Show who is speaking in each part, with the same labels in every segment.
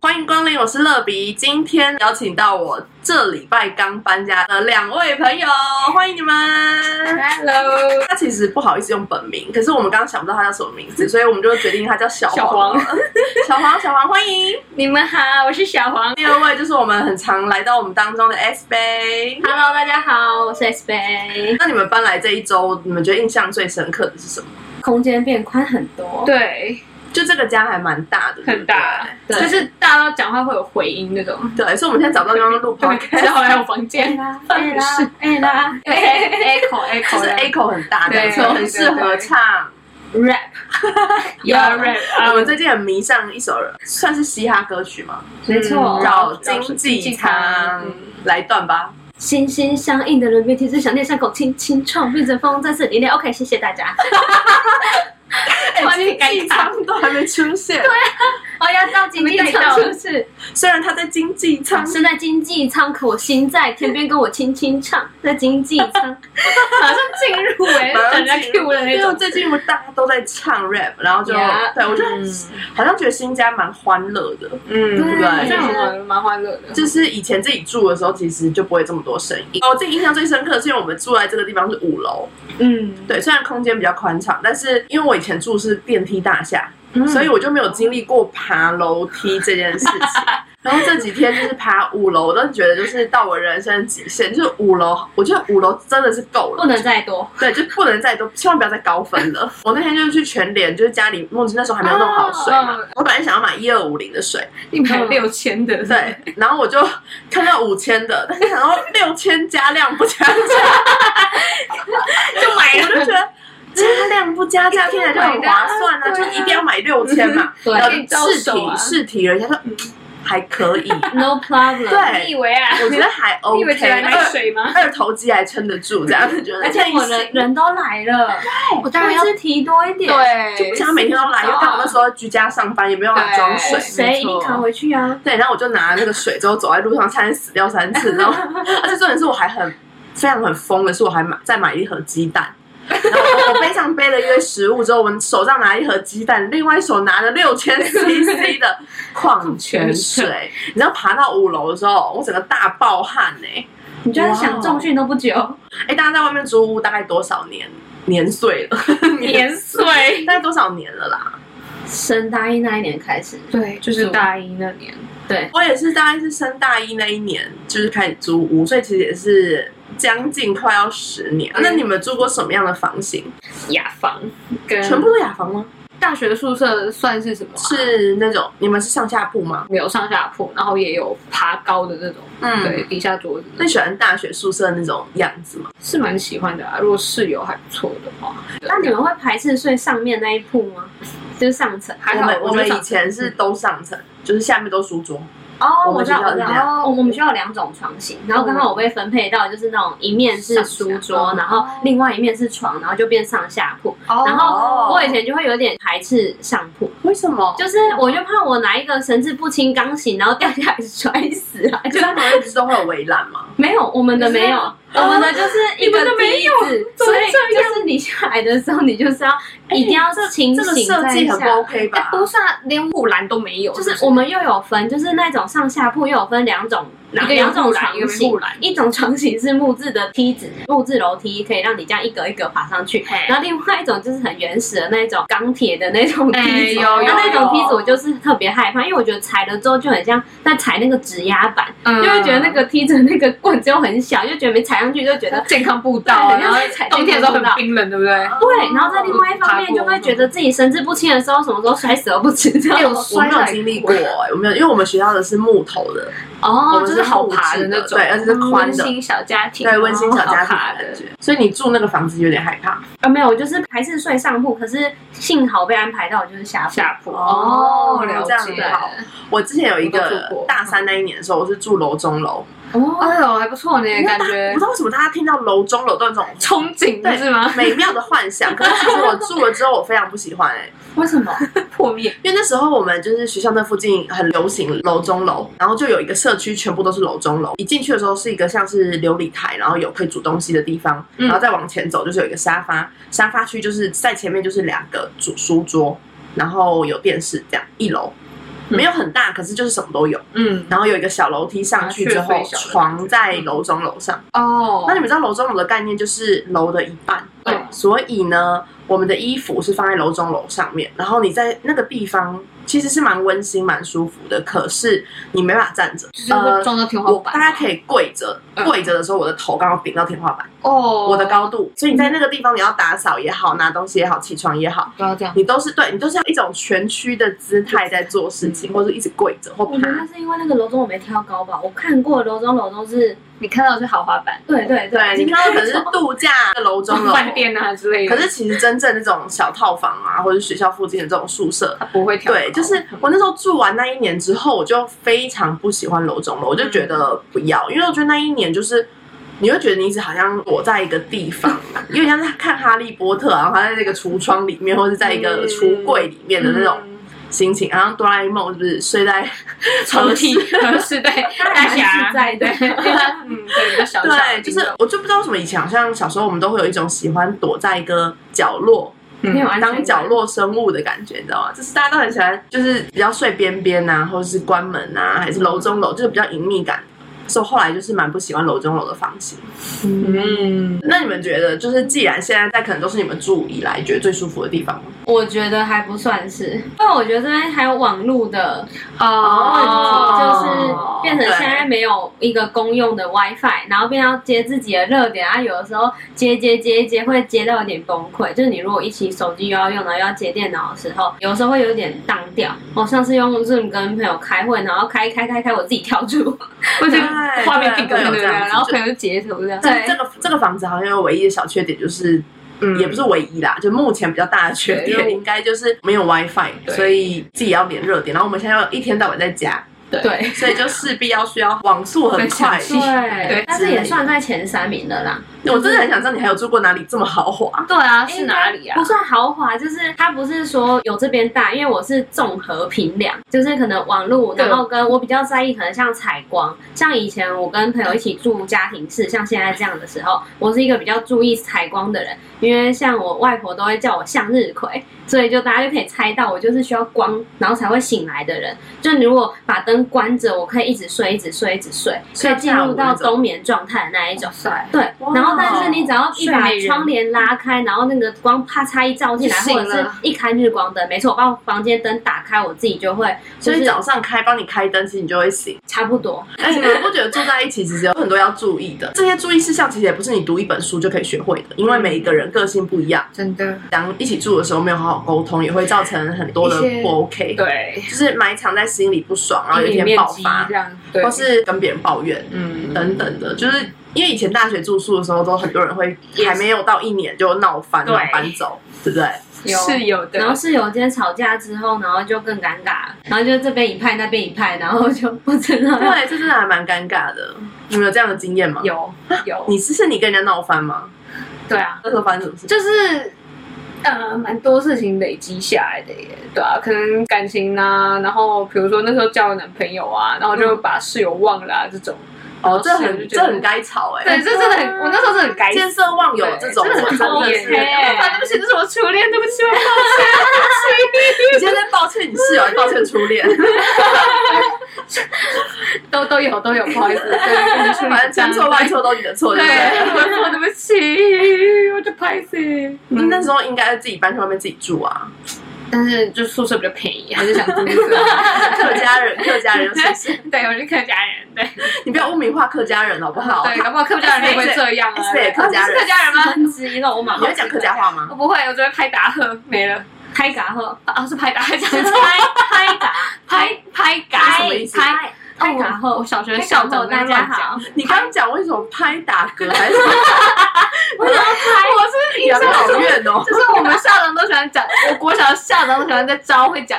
Speaker 1: 欢迎光临，我是乐比。今天邀请到我这礼拜刚搬家的两位朋友，欢迎你们。
Speaker 2: Hello，
Speaker 1: 他其实不好意思用本名，可是我们刚刚想不到他叫什么名字，所以我们就决定他叫小
Speaker 2: 小
Speaker 1: 黄。 小黄，小黄，欢迎。
Speaker 2: 你们好，我是小黄。
Speaker 1: 第二位就是我们很常来到我们当中的 S 杯。
Speaker 2: Hello，大家好，我是 S 杯。
Speaker 1: 那你们搬来这一周，你们觉得印象最深刻的是什么？
Speaker 2: 空间变宽很多，
Speaker 3: 对，
Speaker 1: 就这个家还蛮大的，对不对
Speaker 3: 很大，
Speaker 1: 对
Speaker 3: 就是大到讲话会有回音那种。
Speaker 1: 对，所以我们现在找到地方录 p o
Speaker 3: 对
Speaker 1: d，
Speaker 3: 然后来我房间，
Speaker 2: 哎啦，哎啦
Speaker 3: echo
Speaker 1: 就
Speaker 3: echo
Speaker 1: 是
Speaker 3: 的
Speaker 1: A 口很大的，
Speaker 3: 对
Speaker 1: 所以很适合唱。
Speaker 2: ，rap，
Speaker 3: your rap
Speaker 1: 我
Speaker 3: 啊，
Speaker 1: 们最近很迷上一首算是嘻哈歌曲嘛，
Speaker 2: 没错
Speaker 1: 叫
Speaker 3: 嗯绕
Speaker 1: 《经济舱
Speaker 3: 绕经济舱》，嗯
Speaker 1: 来一段吧。
Speaker 2: 心心相印的人别提是想念伤口，轻轻撞，变成风在这里念。OK，谢谢大家。
Speaker 3: 突然间
Speaker 1: 经济
Speaker 3: 尴尬，
Speaker 1: 舱都还没出现，
Speaker 2: 哦，要到经济舱是不是？
Speaker 1: 虽然他在经济舱，
Speaker 2: 是在经济舱，可我心在天边，跟我轻轻唱，在经济 舱。
Speaker 3: 马上进入哎，
Speaker 1: 马上
Speaker 3: 等人家
Speaker 1: 进入
Speaker 3: Q 的那
Speaker 1: 因为
Speaker 3: 种。
Speaker 1: 最近我大家都在唱 rap，然后就
Speaker 3: Yeah
Speaker 1: 对我就好像觉得新家蛮欢乐的，
Speaker 3: 嗯
Speaker 2: 对
Speaker 3: 好
Speaker 1: 对
Speaker 3: 像蛮蛮欢乐的，
Speaker 1: 就是以前自己住的时候，其实就不会这么多声哦音。我自己印象最深刻的是，因为我们住在这个地方是五楼，
Speaker 3: 嗯，
Speaker 1: 对，虽然空间比较宽敞，但是因为我以前住是电梯大厦，
Speaker 3: 嗯
Speaker 1: 所以我就没有经历过爬楼梯这件事 情。然后这几天就是爬五楼，我都觉得就是到我人生极限，就是五楼，我觉得五楼真的是够了，
Speaker 2: 不能再多，
Speaker 1: 对，就不能再多，千万不要再高分了。我那天就是去全联，就是家里梦之那时候还没有弄好水嘛
Speaker 3: 哦哦
Speaker 1: 我本来想要买一二五零的水，
Speaker 3: 一百六千的，
Speaker 1: 对，然后我就看到五千的，但是想到六千加量不加价，
Speaker 3: 就买
Speaker 1: 我就觉得。加量不加价，听起来就很划算啊！就
Speaker 3: 对啊
Speaker 1: 一定要买六千 嘛。
Speaker 2: 对
Speaker 1: 然后
Speaker 3: 可以招
Speaker 1: 试
Speaker 3: 手
Speaker 1: 题
Speaker 3: 啊
Speaker 1: 试题，人家说嗯还可以，
Speaker 2: ，no problem。
Speaker 1: 对
Speaker 3: 你以为啊？
Speaker 1: 我觉得还
Speaker 3: 你以为只
Speaker 1: OK，
Speaker 3: 来买
Speaker 1: 二
Speaker 3: 水吗？
Speaker 1: 二头肌还撑得住，这样子觉得。
Speaker 2: 而且我人人都来了，我当然要提多一点。，
Speaker 1: 就
Speaker 3: 对
Speaker 1: 不想每天都来，因为刚好那时候居家上班，也没有办法装水。
Speaker 2: 谁一定扛回去啊？
Speaker 1: 对，然后我就拿那个水之后走在路上，差点死掉三次。然后， 而且重点是我还很非常很疯的是，我还买再买一盒鸡蛋。然后我我背上背了一堆食物之后，我们手上拿一盒鸡蛋，另外一手拿了六千 CC 的矿泉水。你知道爬到五楼的时候，我整个大爆汗呢、
Speaker 2: 你就算想重训都不久，
Speaker 1: 哎，大家在外面租屋大概多少年年岁了？
Speaker 3: 年岁，
Speaker 1: 大概多少年了啦？
Speaker 2: 升大一那一年开始，
Speaker 3: 对，就是大一那年，
Speaker 2: 对，
Speaker 1: 我也是，大概是升大一那一年，就是开始租屋，所以其实也是将近快要十年。
Speaker 3: 嗯
Speaker 1: 那你们住过什么样的房型？
Speaker 3: 雅房跟
Speaker 1: 全部都雅房吗？
Speaker 3: 大学宿舍算是什么啊？
Speaker 1: 是那种你们是上下铺吗？
Speaker 3: 没有上下铺，然后也有爬高的那种，
Speaker 1: 嗯
Speaker 3: 对，底下桌子
Speaker 1: 那
Speaker 3: 那种
Speaker 1: 喜欢大学宿舍那种样子吗？
Speaker 3: 是蛮喜欢的啊。如果室友还不错的话，
Speaker 2: 那你们会排斥睡上面那一铺吗？就是上层。
Speaker 3: 还
Speaker 1: 我
Speaker 3: 好
Speaker 1: 们我
Speaker 3: 觉
Speaker 1: 们
Speaker 3: 得嗯
Speaker 1: 以前是都上层，就是下面都书桌。
Speaker 2: 哦
Speaker 1: 我们
Speaker 2: 知道，
Speaker 1: 学校
Speaker 2: 我
Speaker 1: 是
Speaker 2: 知
Speaker 1: 这
Speaker 2: 道。
Speaker 1: 样
Speaker 2: 哦，我们学校有两种床型，然后刚好我被分配到就是那种一面是书桌，然后另外一面是床，然后就变上下铺。
Speaker 3: 哦
Speaker 2: 然后我以前就会有点排斥上铺，
Speaker 1: 为什么？就
Speaker 2: 就是我就怕我拿一个神志不清刚醒，然后掉下来摔死啊！ 就
Speaker 1: 就在旁边不是都会有围栏 吗？
Speaker 2: 没有，我们的没有，我们的就是一
Speaker 3: 你们
Speaker 2: 个
Speaker 3: 的没
Speaker 2: 梯
Speaker 3: 有
Speaker 2: 子，
Speaker 3: 怎么
Speaker 2: 所以
Speaker 3: 这样
Speaker 2: 就是你下来的时候，你就是要一定要清
Speaker 1: 这个
Speaker 2: 醒
Speaker 1: 设
Speaker 2: 在
Speaker 1: 计很不
Speaker 2: 下。
Speaker 1: OK
Speaker 3: 哎
Speaker 1: 吧？
Speaker 3: 不是啊，连护栏都没有，
Speaker 2: 就是我们又有分，就是那种上下铺又有分两种，
Speaker 3: 一
Speaker 2: 两
Speaker 3: 个有
Speaker 2: 两种
Speaker 3: 护栏一个
Speaker 2: 床
Speaker 3: 没
Speaker 2: 型
Speaker 3: 护栏，
Speaker 2: 一种床型是木质的梯子，木质楼梯可以让你这样一格一格爬上去，
Speaker 3: 嘿
Speaker 2: 然后另外一种就是很原始的那种钢铁的那种梯子，
Speaker 3: 哎有
Speaker 2: 那
Speaker 3: 有
Speaker 2: 那种
Speaker 3: 有
Speaker 2: 梯子我就是特别害怕，因为我觉得踩了之后就很像在踩那个指压板，
Speaker 3: 嗯
Speaker 2: 就会觉得那个梯子那个棍子又很小，就觉得没踩上去就 觉得
Speaker 3: 健康步道啊，
Speaker 2: 对
Speaker 3: 然后
Speaker 2: 踩
Speaker 3: 冬天的时候很冰冷，对不对？
Speaker 2: 对，然后在另外一方面就会觉得自己神志不清的时候，什么时候摔死都不知
Speaker 3: 哎
Speaker 2: 道。
Speaker 1: 我没有经历过、哎，我没有，因为我们学校的是木头的，我
Speaker 2: 哦，
Speaker 1: 们
Speaker 2: 就是
Speaker 3: 就是好爬的那种，嗯
Speaker 1: 对而且是宽的
Speaker 3: 温馨小家庭，哦
Speaker 1: 对，温馨小家
Speaker 3: 好
Speaker 1: 庭
Speaker 3: 爬
Speaker 1: 的
Speaker 3: 的
Speaker 1: 感觉。所以你住那个房子有点害怕。
Speaker 2: 啊没有，我就是还是睡上铺，可是幸好被安排到就是下铺。
Speaker 3: 下铺
Speaker 1: 哦
Speaker 3: 了
Speaker 1: 这样
Speaker 3: 解
Speaker 1: 子好。我之前有一
Speaker 3: 我都
Speaker 1: 个
Speaker 3: 住过
Speaker 1: 大三那一年的时候，我是住楼中楼，
Speaker 2: 哦，
Speaker 3: 哎呦，还不错呢，感觉
Speaker 1: 不知道为什么大家听到楼中楼都有这种
Speaker 3: 憧憬
Speaker 1: 对
Speaker 3: 是吗？
Speaker 1: 美妙的幻想，可是其实我住了之后我非常不喜欢哎、
Speaker 3: 为 什么 破灭？
Speaker 1: 因为那时候我们就是学校那附近很流行楼中楼，然后就有一个社区全部都是楼中楼。一进去的时候是一个像是琉璃台，然后有可以煮东西的地方，
Speaker 3: 嗯
Speaker 1: 然后再往前走就是有一个沙发，沙发区就是在前面就是两个主书桌，然后有电视这样，一楼。
Speaker 3: 嗯
Speaker 1: 没有很大，可是就是什么都有。
Speaker 3: 嗯，
Speaker 1: 然后有一个小楼梯上去之
Speaker 3: 啊
Speaker 1: 后，
Speaker 3: 雀飞小的感
Speaker 1: 床
Speaker 3: 觉
Speaker 1: 在楼中楼上。
Speaker 3: 哦，
Speaker 1: 那你们知道楼中楼的概念就是楼的一半，
Speaker 3: 对
Speaker 1: 所以呢，我们的衣服是放在楼中楼上面，然后你在那个地方其实是蛮温馨、蛮舒服的，可是你没办法站着，
Speaker 3: 就是会撞到天花
Speaker 1: 我
Speaker 3: 板
Speaker 1: 大家可以跪着，
Speaker 3: 嗯
Speaker 1: 跪着的时候我的头刚好顶到天花板，
Speaker 3: 哦，
Speaker 1: 我的高度，所以你在那个地方你要打扫也好，拿东西也好，起床也好。
Speaker 3: 不要这样，
Speaker 1: 你都是对你都是一种蜷曲的姿态在做事
Speaker 3: 嗯
Speaker 1: 情，或者一直跪着或
Speaker 2: 我觉
Speaker 1: 爬
Speaker 2: 得，是因为那个楼中我没挑高吧，我看过楼中楼中是，
Speaker 3: 你看到的是豪华版、
Speaker 2: 对对
Speaker 1: 对，你看到可 能是度假的楼中楼，
Speaker 3: 饭店啊之类的，
Speaker 1: 可是其实真正那种小套房啊，或者学校附近的这种宿舍，
Speaker 3: 他不会跳，嗯
Speaker 1: 对，就是我那时候住完那一年之后，我就非常不喜欢楼中楼，我就觉
Speaker 3: 嗯
Speaker 1: 得不要，因为我觉得那一年就是。你会觉得你一直好像躲在一个地方，有点像在看《哈利波特》，然后他在那个橱窗里面，或者在一个橱柜里面的那种
Speaker 3: 嗯
Speaker 1: 心情，好像哆啦 A 梦是不是睡 在
Speaker 3: 抽 屉，合适对，大
Speaker 2: 还
Speaker 3: 侠
Speaker 2: 是在的
Speaker 3: 对，嗯，对，比较小巧，
Speaker 1: 对，就是我就不知道为什么以前好像小时候我们都会有一种喜欢躲在一个角落，
Speaker 2: 没有安全感
Speaker 1: 当角落生物的感觉，你知道吗？就是大家都很喜欢，就是比较睡边边啊，或者是关门啊，还是楼中楼，就是比较隐秘感。所以后来就是蛮不喜欢楼中楼的房型。
Speaker 3: 嗯，
Speaker 1: 那你们觉得，就是既然现在在可能都是你们住以来觉得最舒服的地方吗？
Speaker 2: 我觉得还不算是，因为我觉得这边还有网络的
Speaker 1: 哦
Speaker 3: 哦
Speaker 2: 问题，就是变成现在没有一个公用的 WiFi，然后变要接自己的热点啊，有的时候接接接接会接到有点崩溃，就是你如果一起手机又要用，然后又要接电脑的时候，有时候会有点荡掉。我上次用 Zoom 跟朋友开会，然后开开开开，我自己跳出，
Speaker 3: 或者
Speaker 1: 对
Speaker 3: 画面定格
Speaker 1: 对
Speaker 3: 对
Speaker 1: 有
Speaker 3: 不
Speaker 1: 这
Speaker 3: 对？
Speaker 1: 样子
Speaker 3: 然后
Speaker 1: 就
Speaker 3: 可能就截图这样，
Speaker 2: 对
Speaker 1: 这个这个房子好像有唯一的小缺点，就是、
Speaker 3: 嗯
Speaker 1: 也不是唯一啦，就目前比较大的缺
Speaker 3: 对因
Speaker 1: 点
Speaker 3: 为我
Speaker 1: 应该就是没有 WiFi，
Speaker 3: 对
Speaker 1: 所以自己要连热点。然后我们现在要一天到晚在家，
Speaker 2: 对。
Speaker 1: 所以就势必要需要网速很快
Speaker 3: 很。详细
Speaker 2: 对啊
Speaker 3: 对，
Speaker 2: 但是也算在前三名的啦。
Speaker 1: 我真的很想知道你还有住过哪里这么豪华。
Speaker 3: 对啊，
Speaker 2: 应
Speaker 3: 是
Speaker 2: 该
Speaker 3: 哪里啊
Speaker 2: 不？算豪华，就是它不是说有这边大，因为我是综合评量，就是可能网路，
Speaker 3: 对
Speaker 2: 然后跟我比较在意，可能像采光，像以前我跟朋友一起住家庭式，像现在这样的时候，我是一个比较注意采光的人，因为像我外婆都会叫我向日葵，所以就大家就可以猜到我就是需要光，然后才会醒来的人。就你如果把灯关着，我可以一直睡，一直睡，一直睡，可以进入到冬眠状态的那一种。
Speaker 3: 帅，
Speaker 2: 对
Speaker 1: 哇，
Speaker 2: 然后但是你只要一把
Speaker 3: 睡美人
Speaker 2: 窗帘拉开，然后那个光啪嚓一照进来，
Speaker 3: 就醒
Speaker 2: 或
Speaker 3: 了
Speaker 2: 者是一开日光灯，没错，我把我房间灯打开，我自己就会
Speaker 1: 所
Speaker 2: 就
Speaker 1: 以
Speaker 2: 是
Speaker 1: 早上开帮你开灯，其实你就会醒。
Speaker 2: 差不多。
Speaker 1: 哎，你们不觉得住在一起其实有很多要注意的？这些注意事项其实也不是你读一本书就可以学会的，因为每一个人个性不一样，
Speaker 3: 真的，
Speaker 1: 当一起住的时候没有好好沟通，也会造成很多的
Speaker 3: 一些
Speaker 1: 不 OK，
Speaker 3: 对，
Speaker 1: 就是埋藏在心里不爽，然后有一天
Speaker 3: 面
Speaker 1: 爆
Speaker 3: 积
Speaker 1: 发
Speaker 3: 这，样，对，
Speaker 1: 或是跟别人抱怨
Speaker 3: 嗯，
Speaker 1: 等等的，就是。因为以前大学住宿的时候，都很多人会
Speaker 3: 也是
Speaker 1: 还没有到一年就闹翻，
Speaker 3: 对
Speaker 1: 然后搬走，对 不对？
Speaker 2: 有
Speaker 3: 是有的，
Speaker 2: 然后室友间吵架之后，然后就更尴尬了，然后就这边一派那边一派，然后就不知道。
Speaker 1: 对，这真的还蛮尴尬的。你们有这样的经验吗？。
Speaker 3: 有有，
Speaker 1: 你是是你跟人家闹翻吗？
Speaker 3: 对啊，
Speaker 1: 那时候发生什么事？
Speaker 3: 就是呃，蛮多事情累积下来的耶，对啊，可能感情啊，然后比如说那时候交了男朋友啊，然后就把室友忘了啊，这种，
Speaker 1: 哦，这
Speaker 3: 是
Speaker 1: 很
Speaker 3: 就
Speaker 1: 这
Speaker 3: 觉得
Speaker 1: 很该吵哎、
Speaker 3: 对，这真的 很，我那时候真的很该死
Speaker 1: 见色忘友
Speaker 3: 对
Speaker 1: 这种，
Speaker 3: 真的
Speaker 1: 我
Speaker 3: 很
Speaker 1: 真
Speaker 3: 讨
Speaker 1: 的
Speaker 3: 厌
Speaker 1: 是。
Speaker 2: 耶
Speaker 3: 哎，对不起，这是我初恋，对不起，我
Speaker 1: 你现在在抱歉你室友，还抱歉初 恋，
Speaker 3: 都都有都有，不好意思，对，跟你说
Speaker 1: 反正千错万错都你的错，
Speaker 3: 对，
Speaker 1: 对不对？
Speaker 3: 我对不起，我就拍死。
Speaker 1: 那那时候应该自己搬去外面自己住 啊，
Speaker 3: 但是就宿舍比较便宜，还是想 住
Speaker 1: 客家人，客家人就是
Speaker 3: 对，我是客家人，对
Speaker 1: 你不要污名化客家人好不好？
Speaker 3: 对，搞不好客家人也会这样啊。
Speaker 1: 对客家人
Speaker 3: 啊你是客家人吗？
Speaker 2: 分之一了，我马
Speaker 1: 你
Speaker 2: 上
Speaker 1: 会讲客家话吗？
Speaker 3: 我不会，我只会拍打呵，没了
Speaker 2: 拍嘎后，
Speaker 3: 啊，是拍打呵，讲
Speaker 2: 拍
Speaker 3: 错
Speaker 2: 拍嘎
Speaker 3: 拍拍
Speaker 1: 是
Speaker 3: 嘎
Speaker 1: 什么意思
Speaker 2: 拍拍
Speaker 3: 哦
Speaker 2: 嘎
Speaker 3: 我
Speaker 2: 后
Speaker 3: 我，小学
Speaker 2: 拍嘎
Speaker 3: 校
Speaker 2: 后
Speaker 3: 长
Speaker 2: 大家好，
Speaker 1: 你刚刚讲为什么拍打嗝还是
Speaker 3: 我要拍，我是
Speaker 1: 养老院 哦？
Speaker 3: 就是我们校长都喜欢讲，我国小的校长都喜欢在招会讲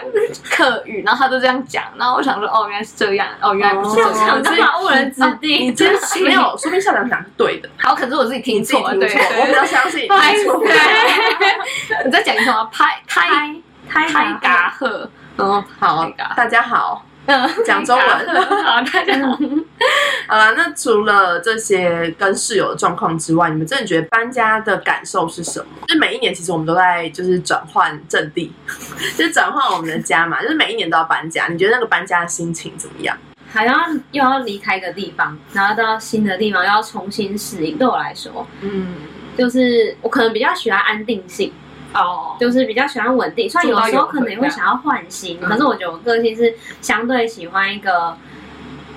Speaker 3: 客语，然后他都这样讲，然后我想说，哦，原来是这样，哦，原来不是这
Speaker 2: 校
Speaker 3: 样
Speaker 2: 长，干嘛误人子弟？
Speaker 1: 你真是没有，说明校长讲是对的，
Speaker 3: 好，可是我自己听
Speaker 1: 你自己
Speaker 3: 错了，
Speaker 1: 听
Speaker 3: 对
Speaker 1: 错，我比
Speaker 3: 对
Speaker 1: 较相信你
Speaker 3: 拍
Speaker 1: 听错。
Speaker 3: 对，你再讲一次吗？拍拍
Speaker 2: 拍胎
Speaker 3: 泰嘎赫，嗯，
Speaker 1: 好
Speaker 3: 那个啊，
Speaker 1: 大家好，
Speaker 2: 嗯，
Speaker 1: 讲中 文。
Speaker 3: 好，大家好。
Speaker 1: 好啦，那除了这些跟室友的状况之外，你们真的觉得搬家的感受是什么？就是每一年其实我们都在就是转换阵地， 就是转换我们的家嘛，就是每一年都要搬家。你觉得那个搬家的心情怎么样？
Speaker 2: 好像又要离开一个地方，然后到新的地方又要重新适应。对我来说，
Speaker 1: 嗯，
Speaker 2: 就是我可能比较喜欢安定性，
Speaker 3: 哦，
Speaker 2: 就是比较喜欢稳定。虽然有时候可能也会想要换新，
Speaker 1: 嗯
Speaker 2: 可是我觉得我个性是相对喜欢一个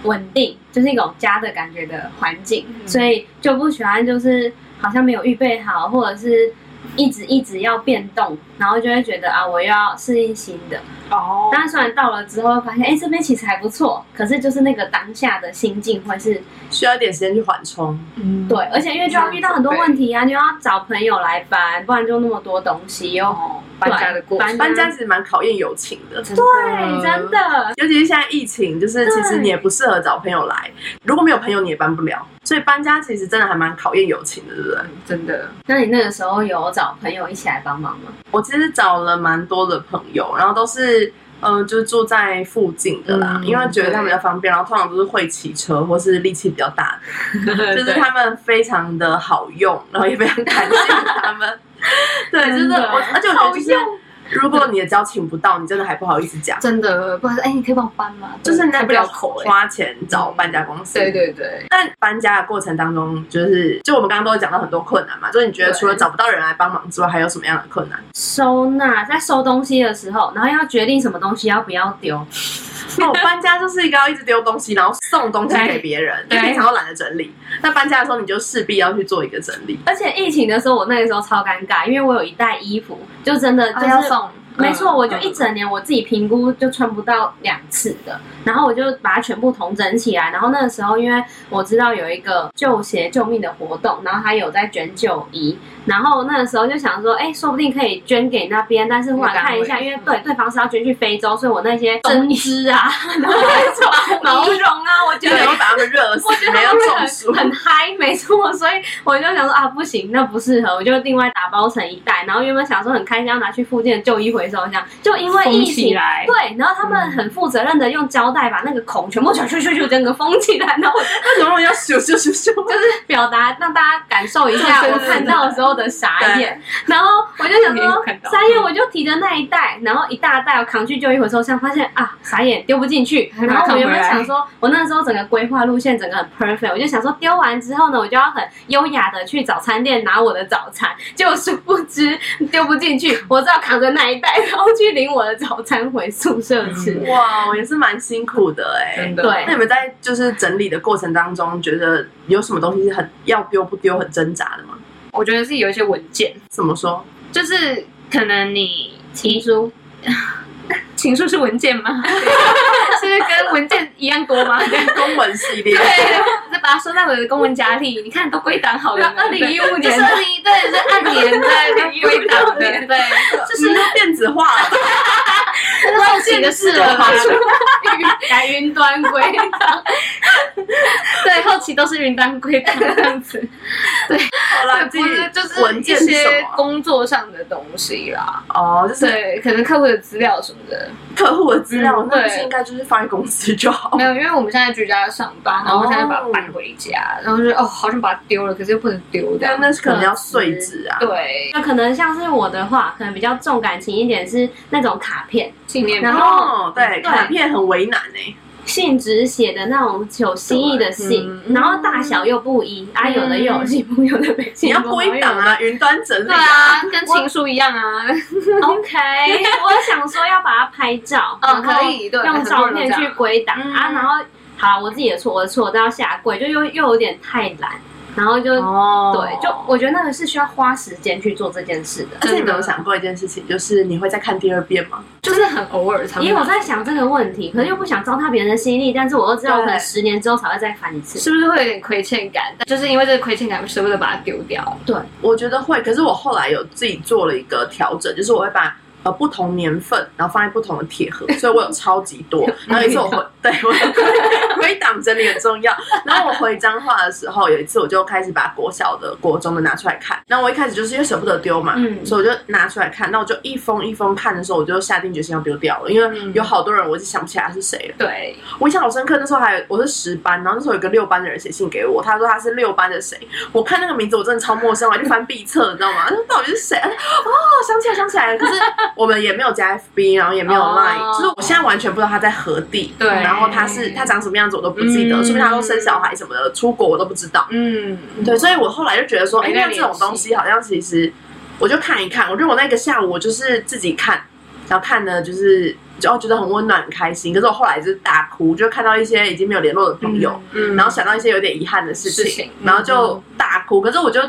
Speaker 2: 稳定，就是一种家的感觉的环境，
Speaker 3: 嗯
Speaker 2: 所以就不喜欢就是好像没有预备好，或者是一直一直要变动，然后就会觉得啊，我又要适应新的。
Speaker 3: 哦，
Speaker 2: 但虽然到了之后发现，哎、这边其实还不错，可是就是那个当下的心境会是
Speaker 1: 需要一点时间去缓冲。
Speaker 3: 嗯
Speaker 2: 对，而且因为就要遇到很多问题啊，你又要找朋友来搬，不然就那么多东西又。
Speaker 3: 哦，搬家的过程，
Speaker 1: 搬家其实蛮考验友情的，
Speaker 2: 对，哎真的，
Speaker 1: 尤其是现在疫情，就是其实
Speaker 2: 对
Speaker 1: 你也不适合找朋友来，如果没有朋友你也搬不了，所以搬家其实真的还蛮考验友情的，对不对？
Speaker 3: 嗯真的，
Speaker 2: 那你那个时候有找朋友一起来帮忙吗？
Speaker 1: 我其实找了蛮多的朋友，然后都是。嗯、就是住在附近的啦，
Speaker 3: 嗯
Speaker 1: 因为觉得他们比较方便，然后通常都是会骑车或是力气比较大
Speaker 3: 呃
Speaker 1: 的，就是他们非常的好用，然后也非常感谢他 们。对，就是
Speaker 3: 真的
Speaker 1: 我，而且我觉得就是，如果你的交情不到，你真的还不好意思讲，
Speaker 3: 真的，不然哎，你可以帮我搬吗？
Speaker 1: 就是那
Speaker 3: 开
Speaker 1: 不
Speaker 3: 不
Speaker 1: 了
Speaker 3: 了
Speaker 1: 口
Speaker 3: 口哎。
Speaker 1: 花钱找搬家公司。
Speaker 3: 对对对，
Speaker 1: 但搬家的过程当中，就是就我们刚刚都有讲到很多困难嘛，就是你觉得
Speaker 3: 对
Speaker 1: 除了找不到人来帮忙之外，还有什么样的困难？
Speaker 2: 收纳，在收东西的时候，然后要决定什么东西要不要丢，
Speaker 1: 哦，搬家就是一个要一直丢东西，然后送东西
Speaker 3: 对
Speaker 1: 给别人，
Speaker 3: 对
Speaker 1: 你平常都懒得整理。那搬家的时候，你就势必要去做一个整理。
Speaker 2: 而且疫情的时候，我那个时候超尴尬，因为我有一袋衣服，就真的就是、
Speaker 3: 啊送，
Speaker 2: 没错，我就一整年我自己评估就穿不到两次的，然后我就把它全部统整起来。然后那个时候，因为我知道有一个救鞋救命的活动，然后还有在捐旧衣，然后那个时候就想说，哎，说不定可以捐给那边，但是后来看一下，
Speaker 3: 那个单位
Speaker 2: 因为
Speaker 3: 嗯
Speaker 2: 对对方是要捐去非洲，所以我那些针织啊，然后那种毛绒啊，我
Speaker 1: 就
Speaker 2: 觉
Speaker 1: 能
Speaker 2: 得
Speaker 1: 够把他们热死
Speaker 2: 我觉，得
Speaker 1: 没有
Speaker 2: 他们
Speaker 1: 中暑。
Speaker 2: 很嗨，没错，所以我就想说啊，不行，那不适合，我就另外打包成一袋。然后原本想说很开心要拿去附近的旧衣回收箱，就因为疫
Speaker 3: 嗯封起
Speaker 2: 情。
Speaker 3: 来，
Speaker 2: 对，然后他们很负责任的用胶带把那个孔全部咻咻咻咻整个封起来，然后我
Speaker 1: 为什么要咻咻咻咻？
Speaker 2: 就是表达让大家感受一下
Speaker 3: 对
Speaker 2: 我
Speaker 3: 对对
Speaker 2: 看到的时候的傻眼。然后我就 想
Speaker 3: 我也有
Speaker 2: 说
Speaker 3: 看，到
Speaker 2: 傻眼，我就提着那一袋，然后一大袋我扛去旧衣回收箱，发现啊傻眼丢不进去。
Speaker 3: 还把它
Speaker 2: 然后我原本
Speaker 3: 扛回来
Speaker 2: 想说，我那时候整个规划路线整个很 perfect，我就想说丢完之后呢，我就要很优雅的去早餐店拿我的早餐。结果殊不知丢不进去，我只好扛着那一袋，然后去领我的早餐回宿舍
Speaker 3: 嗯
Speaker 2: 吃。
Speaker 1: 哇，我也是蛮辛苦的哎、
Speaker 3: 真的，
Speaker 2: 对
Speaker 1: 那你们在就是整理的过程当中，觉得有什么东西是很要丢不丢、很挣扎的吗？
Speaker 3: 我觉得是有一些文件，
Speaker 1: 怎么说？
Speaker 3: 就是可能你
Speaker 2: 情书，
Speaker 3: 情书是文件吗？是跟文件一样多吗？对，
Speaker 1: 公文系 列。
Speaker 3: 我就把它收在我的公文夹里，你看都归档好了呢。
Speaker 2: 二零一五
Speaker 3: 对就
Speaker 2: 年
Speaker 3: 是二零一对，是按年的归档的，对，
Speaker 1: 就是嗯电子化，
Speaker 3: 忘记的事了吧？
Speaker 2: 来云端归档，
Speaker 3: 对，后期都是云端归档这样子。
Speaker 1: 好啦，
Speaker 3: 对，不是就是
Speaker 1: 文件
Speaker 3: 一
Speaker 1: 是什
Speaker 3: 些
Speaker 1: 么啊？
Speaker 3: 工作上的东西啦，
Speaker 1: 哦，就是
Speaker 3: 对，可能客户的资料什么的。
Speaker 1: 客户的资料，
Speaker 3: 嗯
Speaker 1: 那不是
Speaker 3: 对
Speaker 1: 应该就是放在公司就好
Speaker 3: 没？有，因为我们现在居家上班，然后我现在把它搬回家，然后就哦，好想把它丢了，可是又不能丢这
Speaker 1: 对，啊
Speaker 3: 样。
Speaker 1: 那是可能要碎纸啊。
Speaker 3: 对，
Speaker 2: 那可能像是我的话，可能比较重感情一点是那种卡片，
Speaker 3: 纪念
Speaker 2: 然
Speaker 3: 品。
Speaker 2: 后
Speaker 1: 哦，对，
Speaker 2: 对
Speaker 1: 卡片很为难哎。
Speaker 2: 信纸写的那种有心意的信，
Speaker 3: 嗯
Speaker 2: 然后大小又不一，啊，
Speaker 3: 嗯
Speaker 2: 有的又有信封，有的没
Speaker 1: 你
Speaker 2: 信
Speaker 1: 要
Speaker 2: 封。
Speaker 1: 归档啊，云端整理
Speaker 3: 对。啊，跟情书一样啊。
Speaker 2: 然后有的 OK，我想说要把它拍照，
Speaker 3: 嗯，
Speaker 2: 然后
Speaker 3: 可以，对，
Speaker 2: 用照片去归档
Speaker 3: 嗯
Speaker 2: 啊，然后好，我自己的错，我的错，都要下跪，就又又有点太懒，然后就、
Speaker 3: 哦
Speaker 2: 对，就我觉得那个是需要花时间去做这件事的。
Speaker 1: 而且你们有
Speaker 3: 真的
Speaker 1: 想过一件事情，就是你会再看第二遍吗？
Speaker 3: 就是很偶尔才会
Speaker 2: 因为我在想这个问题，可是又不想糟蹋别人的心力，但是我又知道我可能十年之后才会再翻一次。
Speaker 3: 是不是会有点亏欠感？但就是因为这个亏欠感，舍不得把它丢掉。
Speaker 1: 我觉得会，可是我后来有自己做了一个调整，就是我会把。呃，不 同年份，然后放在不同的铁盒，所以我有超级多。然后有一次我回，对我有归档整理很重要。然后我回彰化的时候，有一次我就开始把国小的、国中的拿出来看。然后我一开始就是因为舍不得丢嘛，
Speaker 2: 嗯
Speaker 1: 所以我就拿出来看。那我就一封一封看的时候，我就下定决心要丢掉了，因为
Speaker 3: 嗯
Speaker 1: 有好多人我就想不起来是谁了。
Speaker 3: 对，
Speaker 1: 我印象好深刻，那时候还有我是十班，然后那时候有个六班的人写信给我，他说他是六班的谁，我看那个名字我真的超陌生，我还去翻必测，你知道吗？那到底是谁？啊哦，想起来，想起来了。可是我们也没有加 FB，然后也没有 Line，、
Speaker 3: 哦
Speaker 1: 就是我现在完全不知道他在何地，
Speaker 3: 对
Speaker 1: 然后他是他长什么样子我都不记得，
Speaker 3: 嗯
Speaker 1: 说不定他都生小孩什么的，出国我都不知道。
Speaker 3: 嗯，
Speaker 1: 对，所以我后来就觉得说，哎、
Speaker 3: 没在
Speaker 1: 那这种
Speaker 3: 联系
Speaker 1: 东西好像其实我就看一看。我觉得我那个下午我就是自己看，然后看呢就是就哦觉得很温暖、很开心。可是我后来就是大哭，就看到一些已经没有联络的朋友，
Speaker 3: 嗯
Speaker 1: 然后想到一些有点遗憾的事情，
Speaker 3: 事情
Speaker 1: 然后就大哭。可是我就。